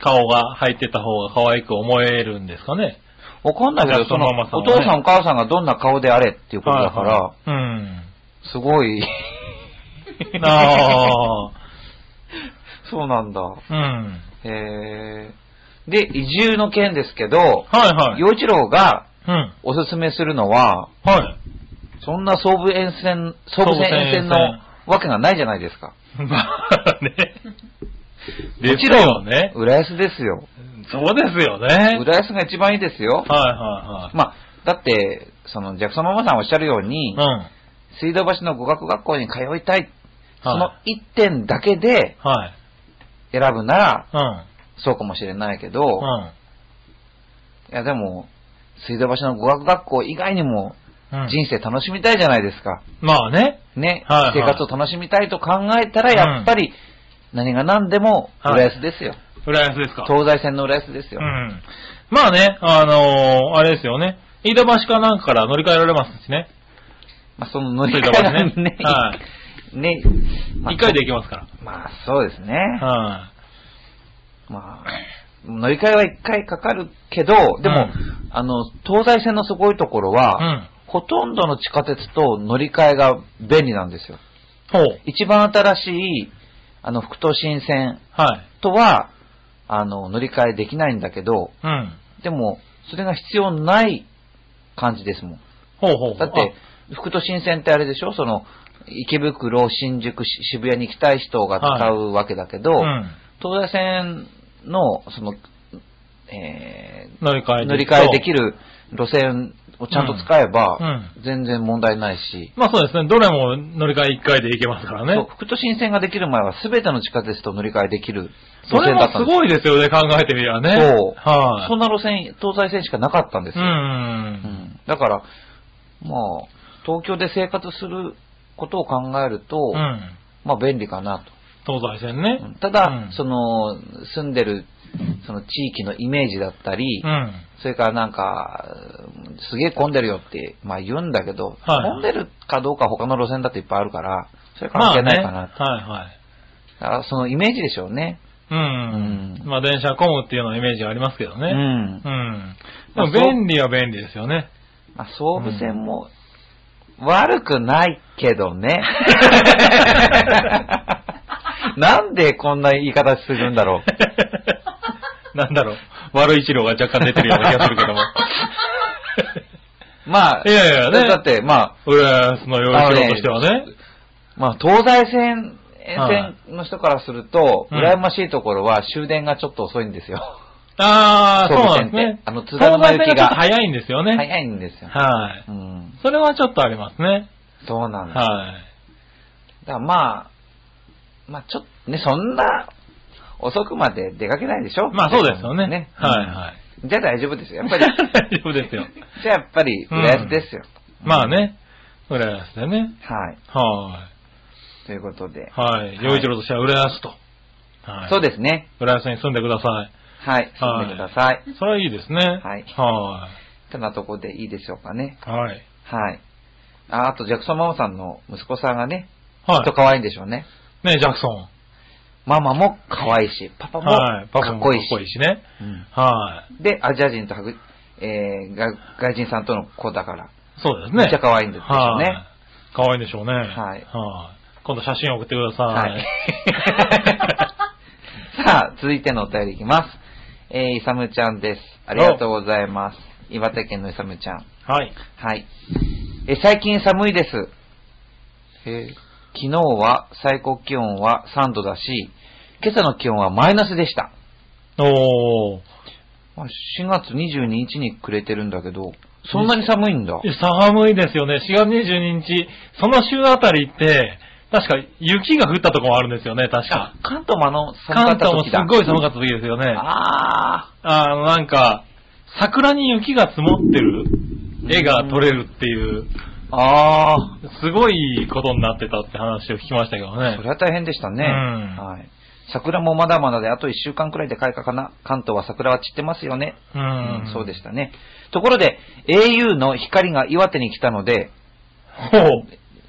Speaker 2: 顔が入ってた方が可愛く思えるんですかね。
Speaker 1: わかんないけど、
Speaker 2: じゃあ
Speaker 1: そ
Speaker 2: そ
Speaker 1: の
Speaker 2: のまま、さん
Speaker 1: お
Speaker 2: はね
Speaker 1: 父さんお母さんがどんな顔であれっていうことだから
Speaker 2: は、いはい。
Speaker 1: すごい。
Speaker 2: [laughs] うん。
Speaker 1: [laughs]
Speaker 2: ああ。
Speaker 1: そうなんだ。
Speaker 2: うん。
Speaker 1: へえ。で、移住の件ですけど、
Speaker 2: はいはい。
Speaker 1: 洋一郎が
Speaker 2: うん。
Speaker 1: おすすめするのは、
Speaker 2: はい。
Speaker 1: そんな総武沿線、総武線沿線の
Speaker 2: 総武線沿
Speaker 1: わけがないじゃないですか。
Speaker 2: まあ [laughs] ね。
Speaker 1: も
Speaker 2: です
Speaker 1: ちろ
Speaker 2: よ
Speaker 1: ん、
Speaker 2: ね。
Speaker 1: 浦安ですよ。
Speaker 2: そうですよね。
Speaker 1: 浦安が一番いいですよ。
Speaker 2: はいは
Speaker 1: まあ、だって、その、ジャクソンママさんおっしゃるように
Speaker 2: い、はい。
Speaker 1: 水道橋の語学学校に通いたい。その
Speaker 2: は
Speaker 1: 一点だけで
Speaker 2: うん。はい。
Speaker 1: 選ぶなら、
Speaker 2: うん。
Speaker 1: そうかもしれないけど、いやでも、水道橋の語学学校以外にも
Speaker 2: うん。うん
Speaker 1: 人生楽しみたいじゃないですか。
Speaker 2: まあね。
Speaker 1: ね、
Speaker 2: はいはい
Speaker 1: 生活を楽しみたいと考えたら、やっぱり、何が何でも浦安ですよ。
Speaker 2: 浦安ですか。
Speaker 1: 東西線の浦安です
Speaker 2: う
Speaker 1: よ。
Speaker 2: ん。まあね、あのー、あれですよね。飯田橋かなんかから乗り換えられますしね。
Speaker 1: まあ、その乗り換
Speaker 2: 水道橋
Speaker 1: え
Speaker 2: ね
Speaker 1: がね、
Speaker 2: はい
Speaker 1: [laughs] ね、まあ
Speaker 2: 一回で行きますか
Speaker 1: まあ、そうですね。
Speaker 2: ら。は
Speaker 1: まあ、乗り換えは一回かかるけど、でも、
Speaker 2: うん
Speaker 1: あの、東西線のすごいところは、
Speaker 2: うん。
Speaker 1: ほとんどの地下鉄と乗り換えが便利なんですよ。
Speaker 2: ほう。
Speaker 1: 一番新しい、あの、副都心線
Speaker 2: はい。
Speaker 1: とは、あの、乗り換えできないんだけど、
Speaker 2: うん。
Speaker 1: でも、それが必要ない感じですもん。
Speaker 2: ほうほうほう。
Speaker 1: だって、副都心線ってあれでしょその、池袋、新宿、し渋谷に行きたい人が使うわけだけど、
Speaker 2: あ、うん。
Speaker 1: 東西線の、その、え
Speaker 2: 乗り換え
Speaker 1: ー乗り換えでき
Speaker 2: る。
Speaker 1: る路線をちゃんと使えば、
Speaker 2: う
Speaker 1: 全然問題ないし、
Speaker 2: まあそうですね。どれも乗り換え1回で行けますから
Speaker 1: そう
Speaker 2: ね。
Speaker 1: 副都心線ができる前は全ての地下鉄と乗り換えできる
Speaker 2: そ
Speaker 1: 路
Speaker 2: れ
Speaker 1: 線だ
Speaker 2: も
Speaker 1: った
Speaker 2: す
Speaker 1: んです
Speaker 2: ごいですよね、考えてみればね。
Speaker 1: そう
Speaker 2: はい
Speaker 1: そ。んな路線、東西線しかなかったんです
Speaker 2: う。
Speaker 1: よ。うんんだから、まあ、東京で生活することを考えると、
Speaker 2: うん。
Speaker 1: まあ便利かなと。
Speaker 2: 東西線ね。
Speaker 1: ただ、
Speaker 2: うん
Speaker 1: その、住んでる、その地域のイメージだったり、
Speaker 2: うん。
Speaker 1: それからなんか、うんすげえ混んでるよって、まあ言うんだけど、
Speaker 2: はい
Speaker 1: 混んでるかどうか他の路線だっていっぱいあるから、それ関係ないかな。
Speaker 2: まあね
Speaker 1: だからそのイメージでしょうね。
Speaker 2: はいは
Speaker 1: う
Speaker 2: い。うんん。まあ電車混むっていうのはイメージありますけど
Speaker 1: うん。
Speaker 2: ね。うん。
Speaker 1: まあ
Speaker 2: でも便利は便利ですよね。
Speaker 1: まあ、総武線も、悪くないけど [laughs] ね。なんでこんな言い方するんだろう。
Speaker 2: [laughs] なんだろう。悪い治療が若干出てるような気がするけ [laughs] ども。
Speaker 1: [laughs] まあ、
Speaker 2: いやいやね
Speaker 1: だって、まあ、
Speaker 2: 浦安の洋一郎としてはね。
Speaker 1: まあ、東西線、
Speaker 2: はい
Speaker 1: 沿線の人からすると、
Speaker 2: うん
Speaker 1: 羨ましいところは終電がちょっと遅いんですよ。
Speaker 2: ああ、そう
Speaker 1: 東武線
Speaker 2: なん
Speaker 1: っ
Speaker 2: で
Speaker 1: て
Speaker 2: すね。
Speaker 1: あの津田沼行きが
Speaker 2: 東西線ちょっと早いんですよね。
Speaker 1: 早いんですよ。
Speaker 2: はい。
Speaker 1: うん。
Speaker 2: それはちょっとありますね。
Speaker 1: そうなんです。だか
Speaker 2: はい。
Speaker 1: らまあ、まあちょっとね、そんな遅くまで出かけないでしょ
Speaker 2: まあそうですよね。はい
Speaker 1: い。
Speaker 2: はい。
Speaker 1: じゃあ大丈夫ですよ。やっぱ
Speaker 2: [laughs] 大
Speaker 1: り、
Speaker 2: 丈夫ですよ。
Speaker 1: じゃあやっぱり浦安ですよ。
Speaker 2: まあね。浦安でね。
Speaker 1: はい。
Speaker 2: は
Speaker 1: ということで
Speaker 2: い。。はい。洋一郎としては浦安と。はい。
Speaker 1: そうですね。
Speaker 2: 浦安に住んでくださ
Speaker 1: はい。進んでください。
Speaker 2: い。それはいいですね。
Speaker 1: はい
Speaker 2: は
Speaker 1: そんなとこでいいでしょうかね。
Speaker 2: い。はい。
Speaker 1: はい。ああと、ジャクソンママさんの息子さんがね、きっ
Speaker 2: は
Speaker 1: と可愛いんでしょうね。
Speaker 2: い。ねジャクソン。
Speaker 1: ママも可愛いし、パパも
Speaker 2: はい。パパ
Speaker 1: かっ
Speaker 2: も
Speaker 1: こいいし。
Speaker 2: ね。
Speaker 1: うん
Speaker 2: はい。
Speaker 1: で、アジア人と白、えー、外外人さんとの子だから、
Speaker 2: そうですね。
Speaker 1: めっちゃ可愛いんですよ
Speaker 2: はい
Speaker 1: ね。。
Speaker 2: 可愛いんでしょうね。はいい。今度写真送ってくださ
Speaker 1: はい
Speaker 2: い。
Speaker 1: [laughs] さあ、続いてのお便りいきます。えー、イサムちゃんです。ありがとうございます。岩手県のイサムちゃん。
Speaker 2: [laughs] はい。
Speaker 1: はい。 [laughs] えー、最近寒いです。えー昨日は最高気温は3度だし、今朝の気温はマイナスでした。
Speaker 2: おー。
Speaker 1: まあ4月22日にくれてるんだけど、そんなに寒いんだ。
Speaker 2: 寒いですよね。4月22日、その週あたりって、確か雪が降ったとこもあるんですよね、確
Speaker 1: あ
Speaker 2: か。、
Speaker 1: 関東もあの寒か
Speaker 2: 関
Speaker 1: った
Speaker 2: 東もす
Speaker 1: 時
Speaker 2: っ
Speaker 1: だ。
Speaker 2: ごい寒かった時ですよね。
Speaker 1: あ
Speaker 2: あの、なんか、桜に雪が積もってる絵が撮れるっていう、
Speaker 1: あ。ああ。
Speaker 2: すごいことになってたって話を聞きましたけどね
Speaker 1: そ。れは大変でしたね。
Speaker 2: うん
Speaker 1: はい。桜もまだまだで、あと1週間くらいで開花かな。関東は桜は散ってますよね。
Speaker 2: う。
Speaker 1: うんそうで
Speaker 2: し
Speaker 1: したね。ところで、au の光が岩手に来たので、
Speaker 2: た。ほう。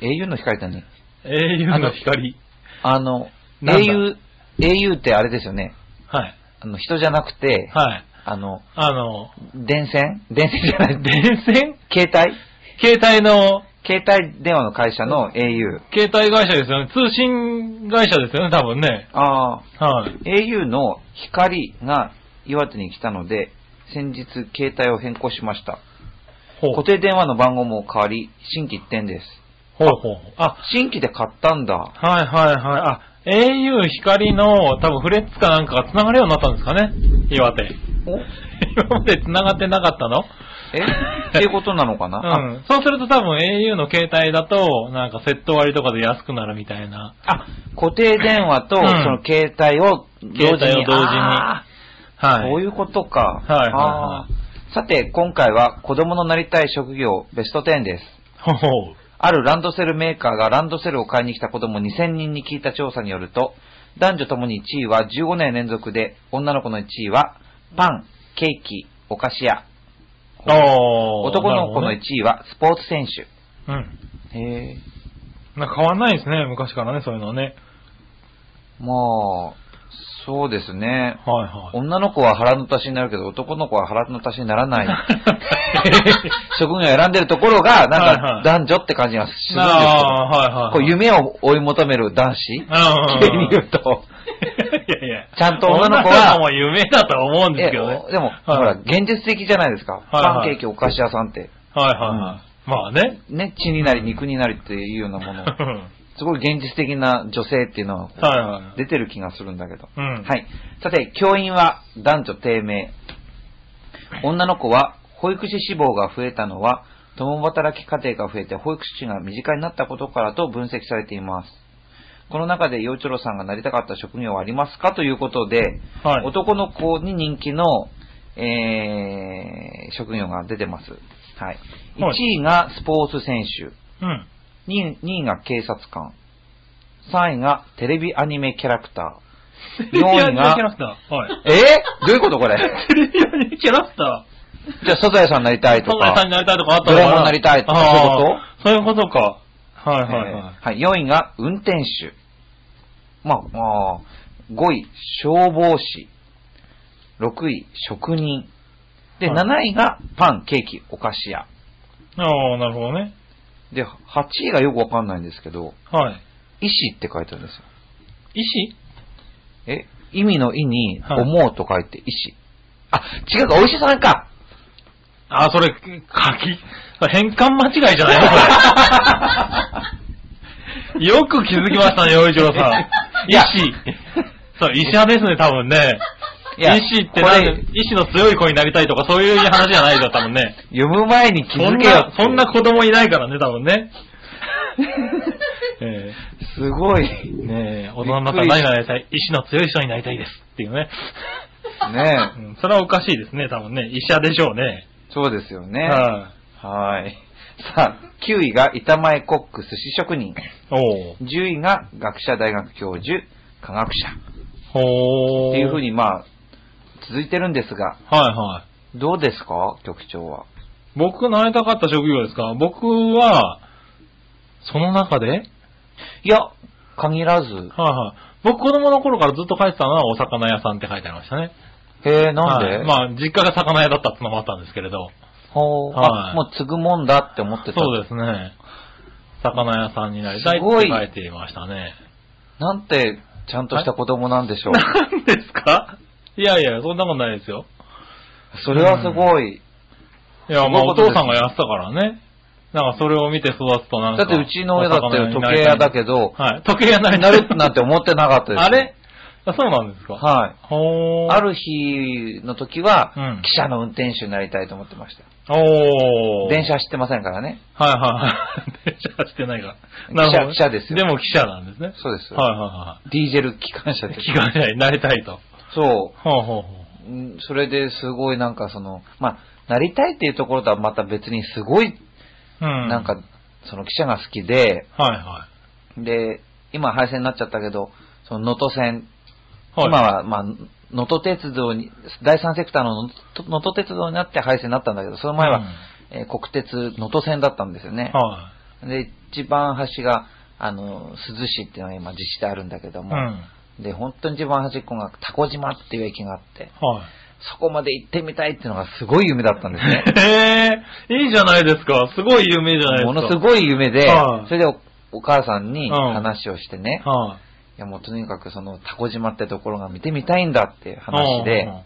Speaker 1: au の光って何
Speaker 2: 英雄の光。
Speaker 1: あの、
Speaker 2: なんだ
Speaker 1: au、au ってあれですよね。
Speaker 2: はい。
Speaker 1: あの、人じゃなくて、
Speaker 2: はい。
Speaker 1: あの、
Speaker 2: あの、
Speaker 1: 電線電線じゃない。
Speaker 2: [laughs] 電線
Speaker 1: 携帯
Speaker 2: 携帯の、
Speaker 1: 携帯電話の会社の au。
Speaker 2: 携帯会社ですよね。通信会社ですよね、多分ね。
Speaker 1: ああ。
Speaker 2: はい。
Speaker 1: au の光が岩手に来たので、先日携帯を変更しました。
Speaker 2: ほう
Speaker 1: 固定電話の番号も変わり、新規一点です。
Speaker 2: ほうほうほう。あ、
Speaker 1: 新規で買ったんだ。
Speaker 2: はいはいはい。あ、au 光の多分フレッツかなんかが繋がるようになったんですかね岩手。
Speaker 1: お
Speaker 2: [laughs] 今まで繋がってなかったの
Speaker 1: えっていうことなのかな、
Speaker 2: うん。そうすると多分 au の携帯だと、なんかセット割とかで安くなるみたいな。
Speaker 1: あ、固定電話とそ
Speaker 2: うん
Speaker 1: の携帯を同時に。
Speaker 2: 携帯を同時に
Speaker 1: あー
Speaker 2: はい。
Speaker 1: そういうことか。
Speaker 2: はいはいは
Speaker 1: あーさて、今回は子供のなりたい職業ベスト10です。
Speaker 2: ほうほう。
Speaker 1: あるランドセルメーカーがランドセルを買いに来た子供2000人に聞いた調査によると、男女ともに1位は15年連続で、女の子の1位はパン、ケーキ、お菓子屋。
Speaker 2: おー
Speaker 1: 男の子の1
Speaker 2: なる
Speaker 1: 位はスポーツ選手。
Speaker 2: ほどね
Speaker 1: へえ。
Speaker 2: うん。なんか変わんないですね、昔からね、そういうのはね。
Speaker 1: もそうですね。
Speaker 2: はいはい。
Speaker 1: 女の子は腹の足しになるけど、男の子は腹の足しになら
Speaker 2: [laughs]
Speaker 1: ない職業を選んでるところが、
Speaker 2: はい
Speaker 1: な
Speaker 2: は
Speaker 1: んか
Speaker 2: い
Speaker 1: 男女って感じがするんですけど、
Speaker 2: ああー、はいはい。
Speaker 1: こう夢を追い求める男子
Speaker 2: うん
Speaker 1: 系 [laughs] に言うと、
Speaker 2: いやい [laughs] や。
Speaker 1: ちゃんと女の子は
Speaker 2: も夢だとは思うんですけどね。
Speaker 1: えでも、
Speaker 2: はい
Speaker 1: ほら、現実的じゃないですか。
Speaker 2: い
Speaker 1: パ
Speaker 2: は
Speaker 1: ンケ
Speaker 2: い
Speaker 1: ーキ、お菓子屋さんって。
Speaker 2: はいはいはい。まあね。
Speaker 1: ね、血になり肉になりっていうようなも
Speaker 2: [laughs]
Speaker 1: の。すごい現実的な女性っていうのはこう
Speaker 2: はいはい
Speaker 1: 出てる気がするんだけど。
Speaker 2: うん
Speaker 1: はい。さて、教員は男女低迷。女の子は保育士志望が増えたのは、共働き家庭が増えて保育士が身近になったことからと分析されています。この中で、洋一郎さんがなりたかった職業はありますかということで、
Speaker 2: はい
Speaker 1: 男の子に人気の、えー、職業が出てます。はい。
Speaker 2: は
Speaker 1: 1
Speaker 2: い
Speaker 1: 位がスポーツ選手。
Speaker 2: うん。
Speaker 1: 2位 ,2 位が警察官。3位がテレビアニメキャラクター。4位が
Speaker 2: テレビアニメキャラ、クター。はい。
Speaker 1: えー、どういうことこ [laughs] れ
Speaker 2: テレビアニメキャラクター。
Speaker 1: じゃあ、サザエさんになりたいと
Speaker 2: サザエさんに
Speaker 1: か。
Speaker 2: なりたいとかあった
Speaker 1: ド
Speaker 2: のか
Speaker 1: ラえもんになりたいとか
Speaker 2: あーそういうことか。はい
Speaker 1: えー
Speaker 2: はいはい。
Speaker 1: はい、4位が運転手。まあ、まあ、5位、消防士。6位、職人。で、
Speaker 2: はい
Speaker 1: 7位がパン、ケーキ、お菓子屋。
Speaker 2: ああ、なるほどね。
Speaker 1: で、8位がよくわかんないんですけど、
Speaker 2: はい。
Speaker 1: 医師って書いてあるんですよ。
Speaker 2: 医師
Speaker 1: え意味の意に、
Speaker 2: はい
Speaker 1: 思うと書いて、医師。あ、違うか、お医者さんか
Speaker 2: ああ、それ、書き、変換間違いじゃないの
Speaker 1: [laughs]
Speaker 2: これ。よく気づきましたね、 [laughs] 洋一郎さん。
Speaker 1: い
Speaker 2: 医
Speaker 1: や
Speaker 2: 師。そう、医者ですね、多分ね。
Speaker 1: いや
Speaker 2: 医師ってなんで
Speaker 1: これ
Speaker 2: 医師の強い子になりたいとかそういう話じゃないだったもんね。
Speaker 1: 読む前に気
Speaker 2: そん
Speaker 1: づけよ
Speaker 2: な、そんな子供いないからね、多分ね。え
Speaker 1: [laughs] すごい。
Speaker 2: え
Speaker 1: ね
Speaker 2: ねえ大人になったら何がなりたい医師の強い人になりたいですっていうね。う
Speaker 1: え
Speaker 2: ん、それはおかしいですね、多分ね。医者でしょうね。
Speaker 1: そうですよね。
Speaker 2: はい
Speaker 1: はい。さあ、9位が板前コック寿司職人。
Speaker 2: おう
Speaker 1: 10位が学者大学教授、科学者。
Speaker 2: ほー。
Speaker 1: っていうふう。に、まあ、続いてるんですが、
Speaker 2: はいはい。
Speaker 1: どうですか局長は。
Speaker 2: 僕なりたかった職業ですか僕は、その中ではい
Speaker 1: いや、限らず。
Speaker 2: はい。僕子供の頃からずっと書いてたのはお魚屋さんって書いてありましたね。
Speaker 1: へえ、なんで、
Speaker 2: はいまあ、実家が魚屋だったってのもあったんですけれど。
Speaker 1: ほう
Speaker 2: はい
Speaker 1: あ、もう継ぐもんだって思ってた。
Speaker 2: そうですね。魚屋さんになりたいっ
Speaker 1: すごい
Speaker 2: て書いていましたね。
Speaker 1: なんて、ちゃんとした子供なんでしょう。
Speaker 2: 何ですかいやいや、そんなことないですよ。
Speaker 1: それはすごい。
Speaker 2: いや、まあ
Speaker 1: すご
Speaker 2: お
Speaker 1: いことです
Speaker 2: 父さんがやってたからね。なんかそれを見て育つとなん
Speaker 1: だ
Speaker 2: か。
Speaker 1: ってうちの親だって時計屋だけど、
Speaker 2: はい。時計屋になり
Speaker 1: な
Speaker 2: たい
Speaker 1: るなんて思ってなかったです。
Speaker 2: あれあそうなんですか
Speaker 1: はい。
Speaker 2: ほー。
Speaker 1: ある日の時は、
Speaker 2: うん
Speaker 1: 汽車の運転手になりたいと思ってました。
Speaker 2: おー。
Speaker 1: 電。車走ってませんからね。
Speaker 2: はいはいはい。 [laughs] 電車走ってないから。
Speaker 1: 汽車
Speaker 2: なるほど
Speaker 1: 汽車ですよ
Speaker 2: でも汽車なんですね。
Speaker 1: そうです。
Speaker 2: はいは
Speaker 1: ディーゼル機関車
Speaker 2: いは
Speaker 1: で
Speaker 2: い。
Speaker 1: す。
Speaker 2: [laughs] 機関車になりたいと。
Speaker 1: そ
Speaker 2: ほうほうほ
Speaker 1: ううん。それですごいなんかその、まあ、なりたいっていうところとはまた別にすごい、
Speaker 2: う。うん。
Speaker 1: なんか、その汽車が好きで、
Speaker 2: はいは
Speaker 1: で、今廃線になっちゃったけど、その能登線、
Speaker 2: い。はい、
Speaker 1: 今は、まあ、能登鉄道に、第三セクターの能登能登鉄道になって廃線になったんだけど、その前は、
Speaker 2: うん
Speaker 1: えー国鉄能登線だったんですよね。
Speaker 2: は
Speaker 1: で、一番端が、あの、珠洲市っていうのは今自治体あるんだけど
Speaker 2: い。う
Speaker 1: も、
Speaker 2: ん。はい。
Speaker 1: で、本当に一番端っこがタコ島っていう駅があって、そこまで行ってみたいっていうのがすごい夢だったんです
Speaker 2: [laughs]
Speaker 1: ね。
Speaker 2: へえー、いいじゃないですか。すごい有名じゃないで
Speaker 1: も
Speaker 2: すか。
Speaker 1: のすごい夢で
Speaker 2: は、い
Speaker 1: それでおお母さんに
Speaker 2: うん
Speaker 1: 話をしてね、い
Speaker 2: はい。
Speaker 1: やもうとにかくそのタコ島ってところが見てみたいんだっていう話で
Speaker 2: うんうんうん、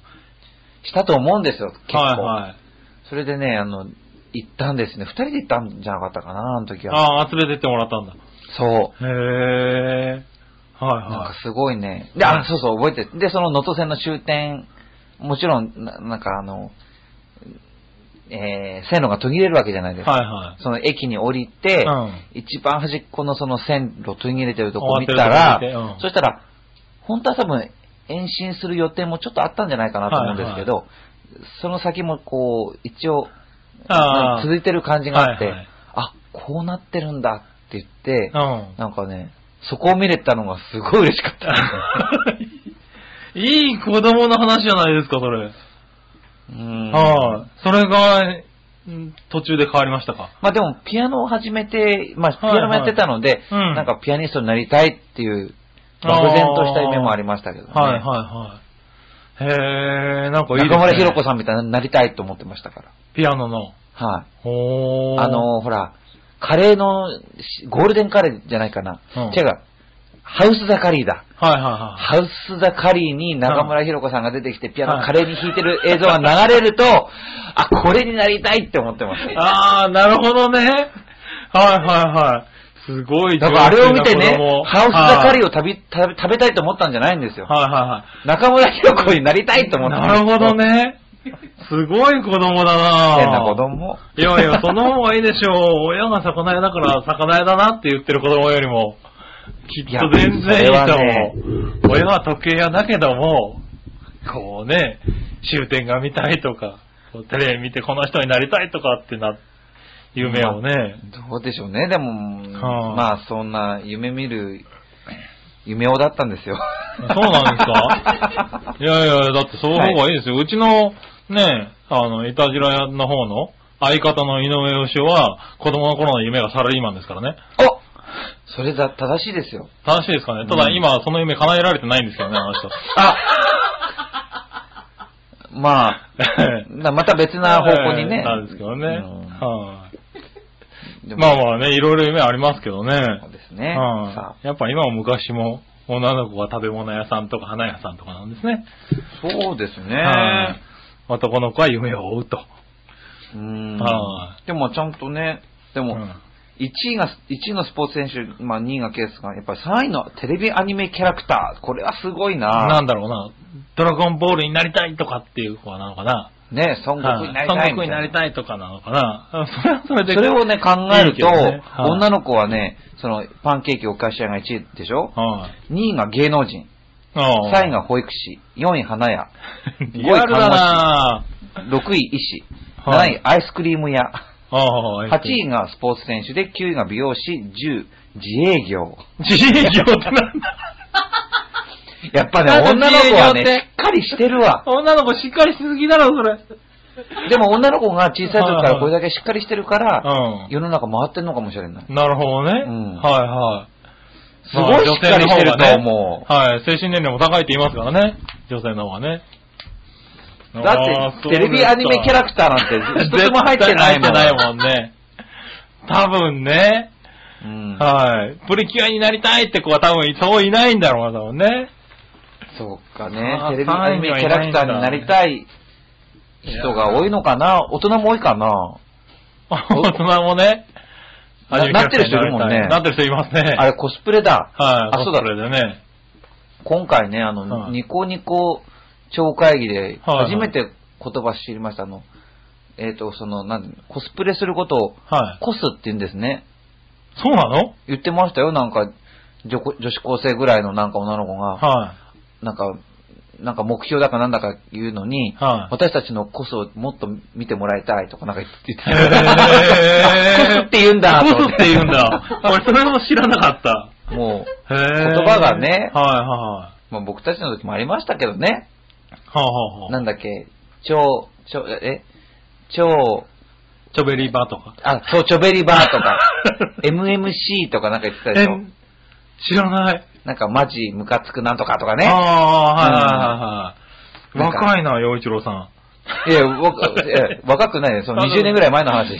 Speaker 1: したと思うんですよ、結構。
Speaker 2: はいはい。
Speaker 1: それでね、あの、行ったんですね。二人で行ったんじゃなかったかな、あの時は。
Speaker 2: ああ、連れてってもらったんだ。
Speaker 1: そう。
Speaker 2: へえ。はい
Speaker 1: なん
Speaker 2: は
Speaker 1: かすごいね。で、あ、そうそう、覚えてるで、その能登線の終点、もちろん、ななんかあの、えー、線路が途切れるわけじゃない
Speaker 2: い。
Speaker 1: ですか。
Speaker 2: はいはい。
Speaker 1: その駅に降りて、
Speaker 2: うん
Speaker 1: 一番端っこのその線路途切れてるとこ
Speaker 2: 終わ
Speaker 1: 見
Speaker 2: って
Speaker 1: た
Speaker 2: る
Speaker 1: ら、
Speaker 2: とこ見てうん
Speaker 1: そしたら、本当は多分延伸する予定もちょっとあったんじゃないかなと思うんですけど、その先もこう、一応、
Speaker 2: ああ
Speaker 1: 続いてる感じがあって、
Speaker 2: はいはい
Speaker 1: あ、こうなってるんだって言って、
Speaker 2: うん。
Speaker 1: なんかね、そこを見れたのがすごい嬉しか
Speaker 2: [laughs]
Speaker 1: った。
Speaker 2: いい子供の話じゃないですか、それ。
Speaker 1: うん
Speaker 2: はい。それが、ん途中で変わりましたか。
Speaker 1: まあでも、ピアノを始めて、まあ、ピアノもやってたので、
Speaker 2: はいはいうん
Speaker 1: なんかピアニストになりたいっていう漠然とした夢もありましたけどね。
Speaker 2: はいはいはい。へえ、なんかいいですね。
Speaker 1: 中村弘子さんみたいになりたいと思ってましたから。
Speaker 2: ピアノの。
Speaker 1: はい。
Speaker 2: ほー。
Speaker 1: あ、の、ほら、カレーのし、ゴールデンカレーじゃないかな。
Speaker 2: うん
Speaker 1: 違う。ハウスザカリーだ。
Speaker 2: はいは
Speaker 1: ハウスザカリーに中村ひろ子さんが出てきてピア
Speaker 2: は
Speaker 1: ノ
Speaker 2: い
Speaker 1: カレーに弾いてる映像が流れると、あ、これになりたいって思ってまし
Speaker 2: いはい。
Speaker 1: た。
Speaker 2: [laughs] あー、なるほどね。はいはいはい。すごい
Speaker 1: だからあれを見て
Speaker 2: 上
Speaker 1: ね
Speaker 2: 手な子供、
Speaker 1: ハウスザカリー
Speaker 2: は
Speaker 1: を食べ、食べ食べたいと思ったんじゃないんです
Speaker 2: い
Speaker 1: よ。
Speaker 2: はいは
Speaker 1: 中村ひろ子になりたいと
Speaker 2: いは
Speaker 1: 思
Speaker 2: い。
Speaker 1: った。
Speaker 2: なるほど。ね。すごい子供だな
Speaker 1: 変な子供。
Speaker 2: いやいや、その方がいいでしょう。親が魚屋だから魚屋だなって言ってる子供よりも、きっと全然いい
Speaker 1: いやそれ
Speaker 2: と
Speaker 1: はね
Speaker 2: 思う。親は時計屋だけども、こうね、終点が見たいとか、こうテレビ見てこの人になりたいとかってな、夢をね。
Speaker 1: どうでしょうね、でも、
Speaker 2: はあ
Speaker 1: まあそんな夢見る、夢をだったんですよ。
Speaker 2: そうなんで
Speaker 1: [laughs]
Speaker 2: すかいやいや、だってそういう方がいいですよ。うちの、ね、あの、いたじら屋の方の相方の井上義雄は、子供の頃の夢がサラリーマンですからね。
Speaker 1: おそれだ、正しいですよ。
Speaker 2: 楽しいですかね。ただ今、その夢叶えられてないんですけどね、あの人。
Speaker 1: ま
Speaker 2: [laughs]
Speaker 1: あ、なまた [laughs] 別な方向に
Speaker 2: え
Speaker 1: ね。
Speaker 2: えなんですけどね。
Speaker 1: うん
Speaker 2: はい
Speaker 1: でも
Speaker 2: まあまあね、いろいろ夢ありますけどね。
Speaker 1: そうですね。
Speaker 2: は
Speaker 1: さ
Speaker 2: いやっぱ今も昔も、女の子は食べ物屋さんとか花屋さんとかなんですね。
Speaker 1: あそうですね。
Speaker 2: はい男の子は夢を追うと。
Speaker 1: うん
Speaker 2: は
Speaker 1: でもちゃんとね、で
Speaker 2: う
Speaker 1: も
Speaker 2: ん
Speaker 1: 1位が、一位のスポーツ選手、まあ2位がケースが、やっぱり3位のテレビアニメキャラクター、これはすごい
Speaker 2: な
Speaker 1: な。
Speaker 2: んだろうな、ドラゴンボールになりたいとかっていう子はなのかな。
Speaker 1: ね、孫悟空になりた
Speaker 2: はい
Speaker 1: いみた
Speaker 2: 孫悟空
Speaker 1: い
Speaker 2: に
Speaker 1: な
Speaker 2: なりたいとかなのか
Speaker 1: [laughs]
Speaker 2: な。それはそれで。
Speaker 1: それをね、考えると、女
Speaker 2: の
Speaker 1: の子はね、その、パンケーキお菓子屋が1位でしょ
Speaker 2: 子。はい
Speaker 1: ?2 位が芸能人、
Speaker 2: ああ
Speaker 1: 3位が保育士、4位花屋、
Speaker 2: リアルだなぁ。
Speaker 1: 6位医師、
Speaker 2: は
Speaker 1: 7
Speaker 2: い
Speaker 1: 位アイスクリーム屋、
Speaker 2: ああ
Speaker 1: 8位がスポーツ選手で、9位が美容師、10自営業。
Speaker 2: 自営業ってなんだ
Speaker 1: やっぱね、
Speaker 2: あと
Speaker 1: 女の子は
Speaker 2: 自営業って
Speaker 1: ね、しっかりしてるわ。
Speaker 2: 女の子しっかりしすぎだろ、それ。
Speaker 1: [laughs] でも女の子が小さい時から
Speaker 2: はいはい
Speaker 1: これだけしっかりしてるから、
Speaker 2: う
Speaker 1: 世の中回ってんのかもしれない。
Speaker 2: ん。なるほどね。
Speaker 1: うん
Speaker 2: はいはい。
Speaker 1: すごいしっかりしてると思う。
Speaker 2: まあ女性の方がねはい。精神年齢も高いって言いますからね。女性の方がね。
Speaker 1: だって、テレビアニメキャラクターなんて一つも入ってないもん。
Speaker 2: 絶対入ってないもんね。多分ね。
Speaker 1: うん、
Speaker 2: はい。プリキュアになりたいって子は多分そういないんだろうな、多分ね。
Speaker 1: そうか
Speaker 2: あ
Speaker 1: ね
Speaker 2: ー。
Speaker 1: テレビアニメキャラクターになりたい人が多いのかな大人も多いかな
Speaker 2: 大人もね。
Speaker 1: な
Speaker 2: アニメキャ
Speaker 1: なっ
Speaker 2: ラクターに
Speaker 1: てる人いるもんね
Speaker 2: なってる人いますね。
Speaker 1: あれコスプレだ。
Speaker 2: はい。
Speaker 1: あそうだ
Speaker 2: コスプレでね。
Speaker 1: 今回ね、あの、
Speaker 2: はい
Speaker 1: ニコニコ超会議で
Speaker 2: はいはい
Speaker 1: 初めて言葉知りました。あの、えっ、と、その、なんてコスプレすることを
Speaker 2: はい。
Speaker 1: コスって言うんですね。
Speaker 2: そうなの
Speaker 1: 言ってましたよ、なんか、女子女子高生ぐらいのなんか女の子が、
Speaker 2: は
Speaker 1: なんか、なんか目標だかなんだか言うのに、
Speaker 2: はい
Speaker 1: 私たちのコスをもっと見てもらいたいとかなんか言ってた。
Speaker 2: へ
Speaker 1: あ
Speaker 2: ー
Speaker 1: コスって言うんだと
Speaker 2: コ
Speaker 1: 思
Speaker 2: スって言うんだ。俺、それも知らなかった。
Speaker 1: も
Speaker 2: へー
Speaker 1: 言葉がね
Speaker 2: はいは
Speaker 1: う、まあ、僕たちの時もありましたけどね。
Speaker 2: いはい。はあはあはあ。
Speaker 1: なんだっけ、超、超、え、超、
Speaker 2: チョベリバとか。
Speaker 1: あ、そう、チョベリバーと
Speaker 2: [laughs]
Speaker 1: か、MMC とかなんか言ってたでしょ。
Speaker 2: 知らない。
Speaker 1: なんか、マジムカつくなんとかとかね。
Speaker 2: ああ、はいはいはい
Speaker 1: なん
Speaker 2: はい。
Speaker 1: か
Speaker 2: 若いな、洋一郎さん。
Speaker 1: いや、わかえ若くないね。その
Speaker 2: あの
Speaker 1: 20年ぐらい前の話してるん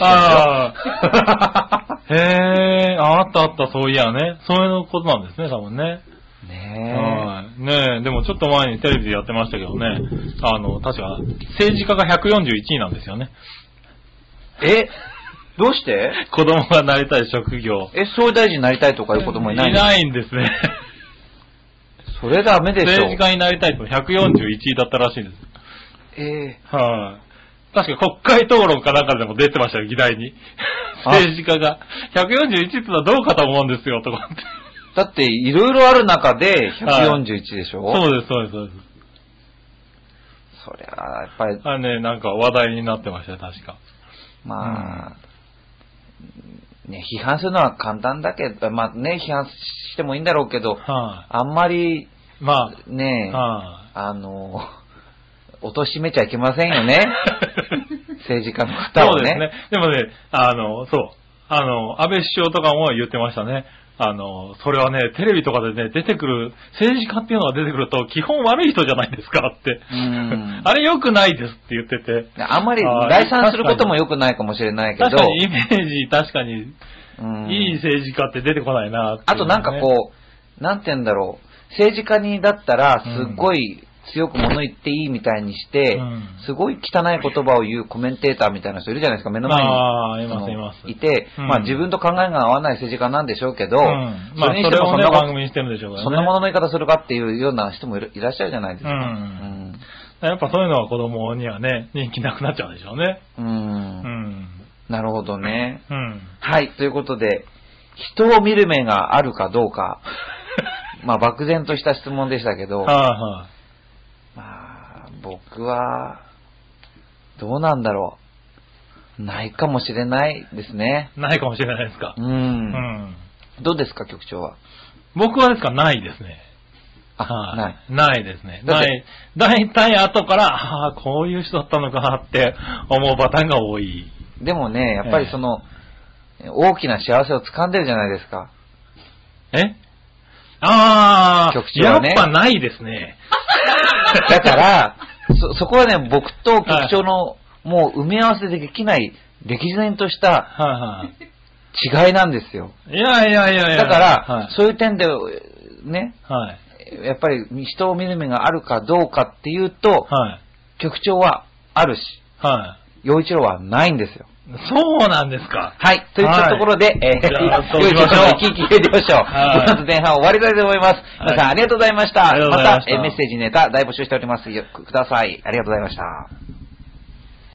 Speaker 2: あ
Speaker 1: [laughs]
Speaker 2: あ。へえ、ああったあった、そういやね。そういうことなんですね、多分ね。
Speaker 1: ですよ。 [laughs] ね
Speaker 2: はいねえ、でもちょっと前にテレビでやってましたけどね。あの、確か、政治家が141位なんですよね。
Speaker 1: え。え、どうして
Speaker 2: 子供がなりたい職業。
Speaker 1: え、総理大臣になりたいとかいう子供いないの
Speaker 2: ないんですね。
Speaker 1: それダメでしょ
Speaker 2: 政。治家になりたいと141位だったらしいです。
Speaker 1: え
Speaker 2: はい、確か国会討論かなんかでも出てましたよ、議題に。
Speaker 1: あ
Speaker 2: 政治家が。141ってのはどうかと思うんですよ、とかって。
Speaker 1: ーだって、いろいろある中で141でしょ、
Speaker 2: そうです、そうです、そうです。
Speaker 1: そりゃ、やっぱり、
Speaker 2: あれね、なんか話題になってましたよ、確か。
Speaker 1: まあ、ね、批判するのは簡単だけど、まあね、批判してもいいんだろうけど、
Speaker 2: はい、
Speaker 1: あんまり、
Speaker 2: まあ、
Speaker 1: ね、
Speaker 2: は
Speaker 1: あの、貶としめちゃい
Speaker 2: [laughs]
Speaker 1: けませんよね。
Speaker 2: い [laughs]
Speaker 1: 政治家の方
Speaker 2: そ
Speaker 1: を
Speaker 2: うですね。でもね、あの、そう。あの、安倍首相とかも言ってましたね。あの、それはね、テレビとかでね、出てくる、政治家っていうのが出てくると、基本悪い人じゃないですかって
Speaker 1: ん。
Speaker 2: [laughs] あれ良くないですって言ってて。
Speaker 1: あんまり
Speaker 2: あー
Speaker 1: 概算することも良くないかもしれないけど
Speaker 2: 確、かにイメージ、確かに、
Speaker 1: うん
Speaker 2: いい政治家って出てこないなっていうね
Speaker 1: あとなんかこう、なんて言うんだろう、政治家にだったら、すっごい強く物言っていいみたいにして、
Speaker 2: うん
Speaker 1: すごい汚い言葉を言うコメンテーターみたいな人いるじゃないですか、目の前に。
Speaker 2: まあ、います
Speaker 1: その
Speaker 2: います。
Speaker 1: いて、
Speaker 2: うん
Speaker 1: まあ自分と考えが合わない政治家なんでしょうけど、
Speaker 2: うんまあ、そ
Speaker 1: にして
Speaker 2: れ
Speaker 1: も
Speaker 2: を
Speaker 1: そん
Speaker 2: ね、
Speaker 1: なこと
Speaker 2: 番組にしてるんでしょうからね。
Speaker 1: そんなものの言い方するかっていうような人もいるいらっしゃるじゃないですか。
Speaker 2: うんやっぱそういうのは子供にはね、人気なくなっちゃうでしょうね。
Speaker 1: うんうん
Speaker 2: うん。
Speaker 1: なるほどね。
Speaker 2: うん。
Speaker 1: はい、ということで、人を見る目があるかどう
Speaker 2: [laughs]
Speaker 1: か、まあ漠然とした質問でしたけど、ま
Speaker 2: はいはい。
Speaker 1: あ僕は、どうなんだろう。ないかもしれないですね。
Speaker 2: ないかもしれないですか
Speaker 1: う。。
Speaker 2: うんん。
Speaker 1: どうですか、局長は。
Speaker 2: 僕はですか、ないですね。
Speaker 1: あ、ない。
Speaker 2: い。ないですね。
Speaker 1: だっ
Speaker 2: な
Speaker 1: て
Speaker 2: い。大体後から、ああー、こういう人だったのかって思うパターンが多い。
Speaker 1: でもね、やっぱりその、大きな幸せを掴んでるじゃないです
Speaker 2: [laughs]
Speaker 1: か。
Speaker 2: えああ、
Speaker 1: 局長はね
Speaker 2: やっぱないですね。
Speaker 1: だから、そ、そこはね、僕と局長の、もう埋め合わせできない、歴然とした
Speaker 2: はいはい。
Speaker 1: 違いなんですよ。
Speaker 2: いやいやいやいや。
Speaker 1: だから、
Speaker 2: はい。
Speaker 1: そういう点で、ね、
Speaker 2: はい。
Speaker 1: やっぱり人を見る目があるかどうかっていうと、
Speaker 2: はい。
Speaker 1: 局長はあるし、
Speaker 2: はい。
Speaker 1: 陽一郎はないんですよ。
Speaker 2: そうなんですか。
Speaker 1: はい。といったところで、え
Speaker 2: じゃあ
Speaker 1: ー、
Speaker 2: そう
Speaker 1: 陽一
Speaker 2: しましょう
Speaker 1: 郎の生き生きレディオショー、
Speaker 2: はい
Speaker 1: この後前半終わりたいと思います。皆さんありがとうございました。
Speaker 2: ありがとうございました
Speaker 1: た、えーメッセージネタ大募集しております。よくください。ありがとうございました。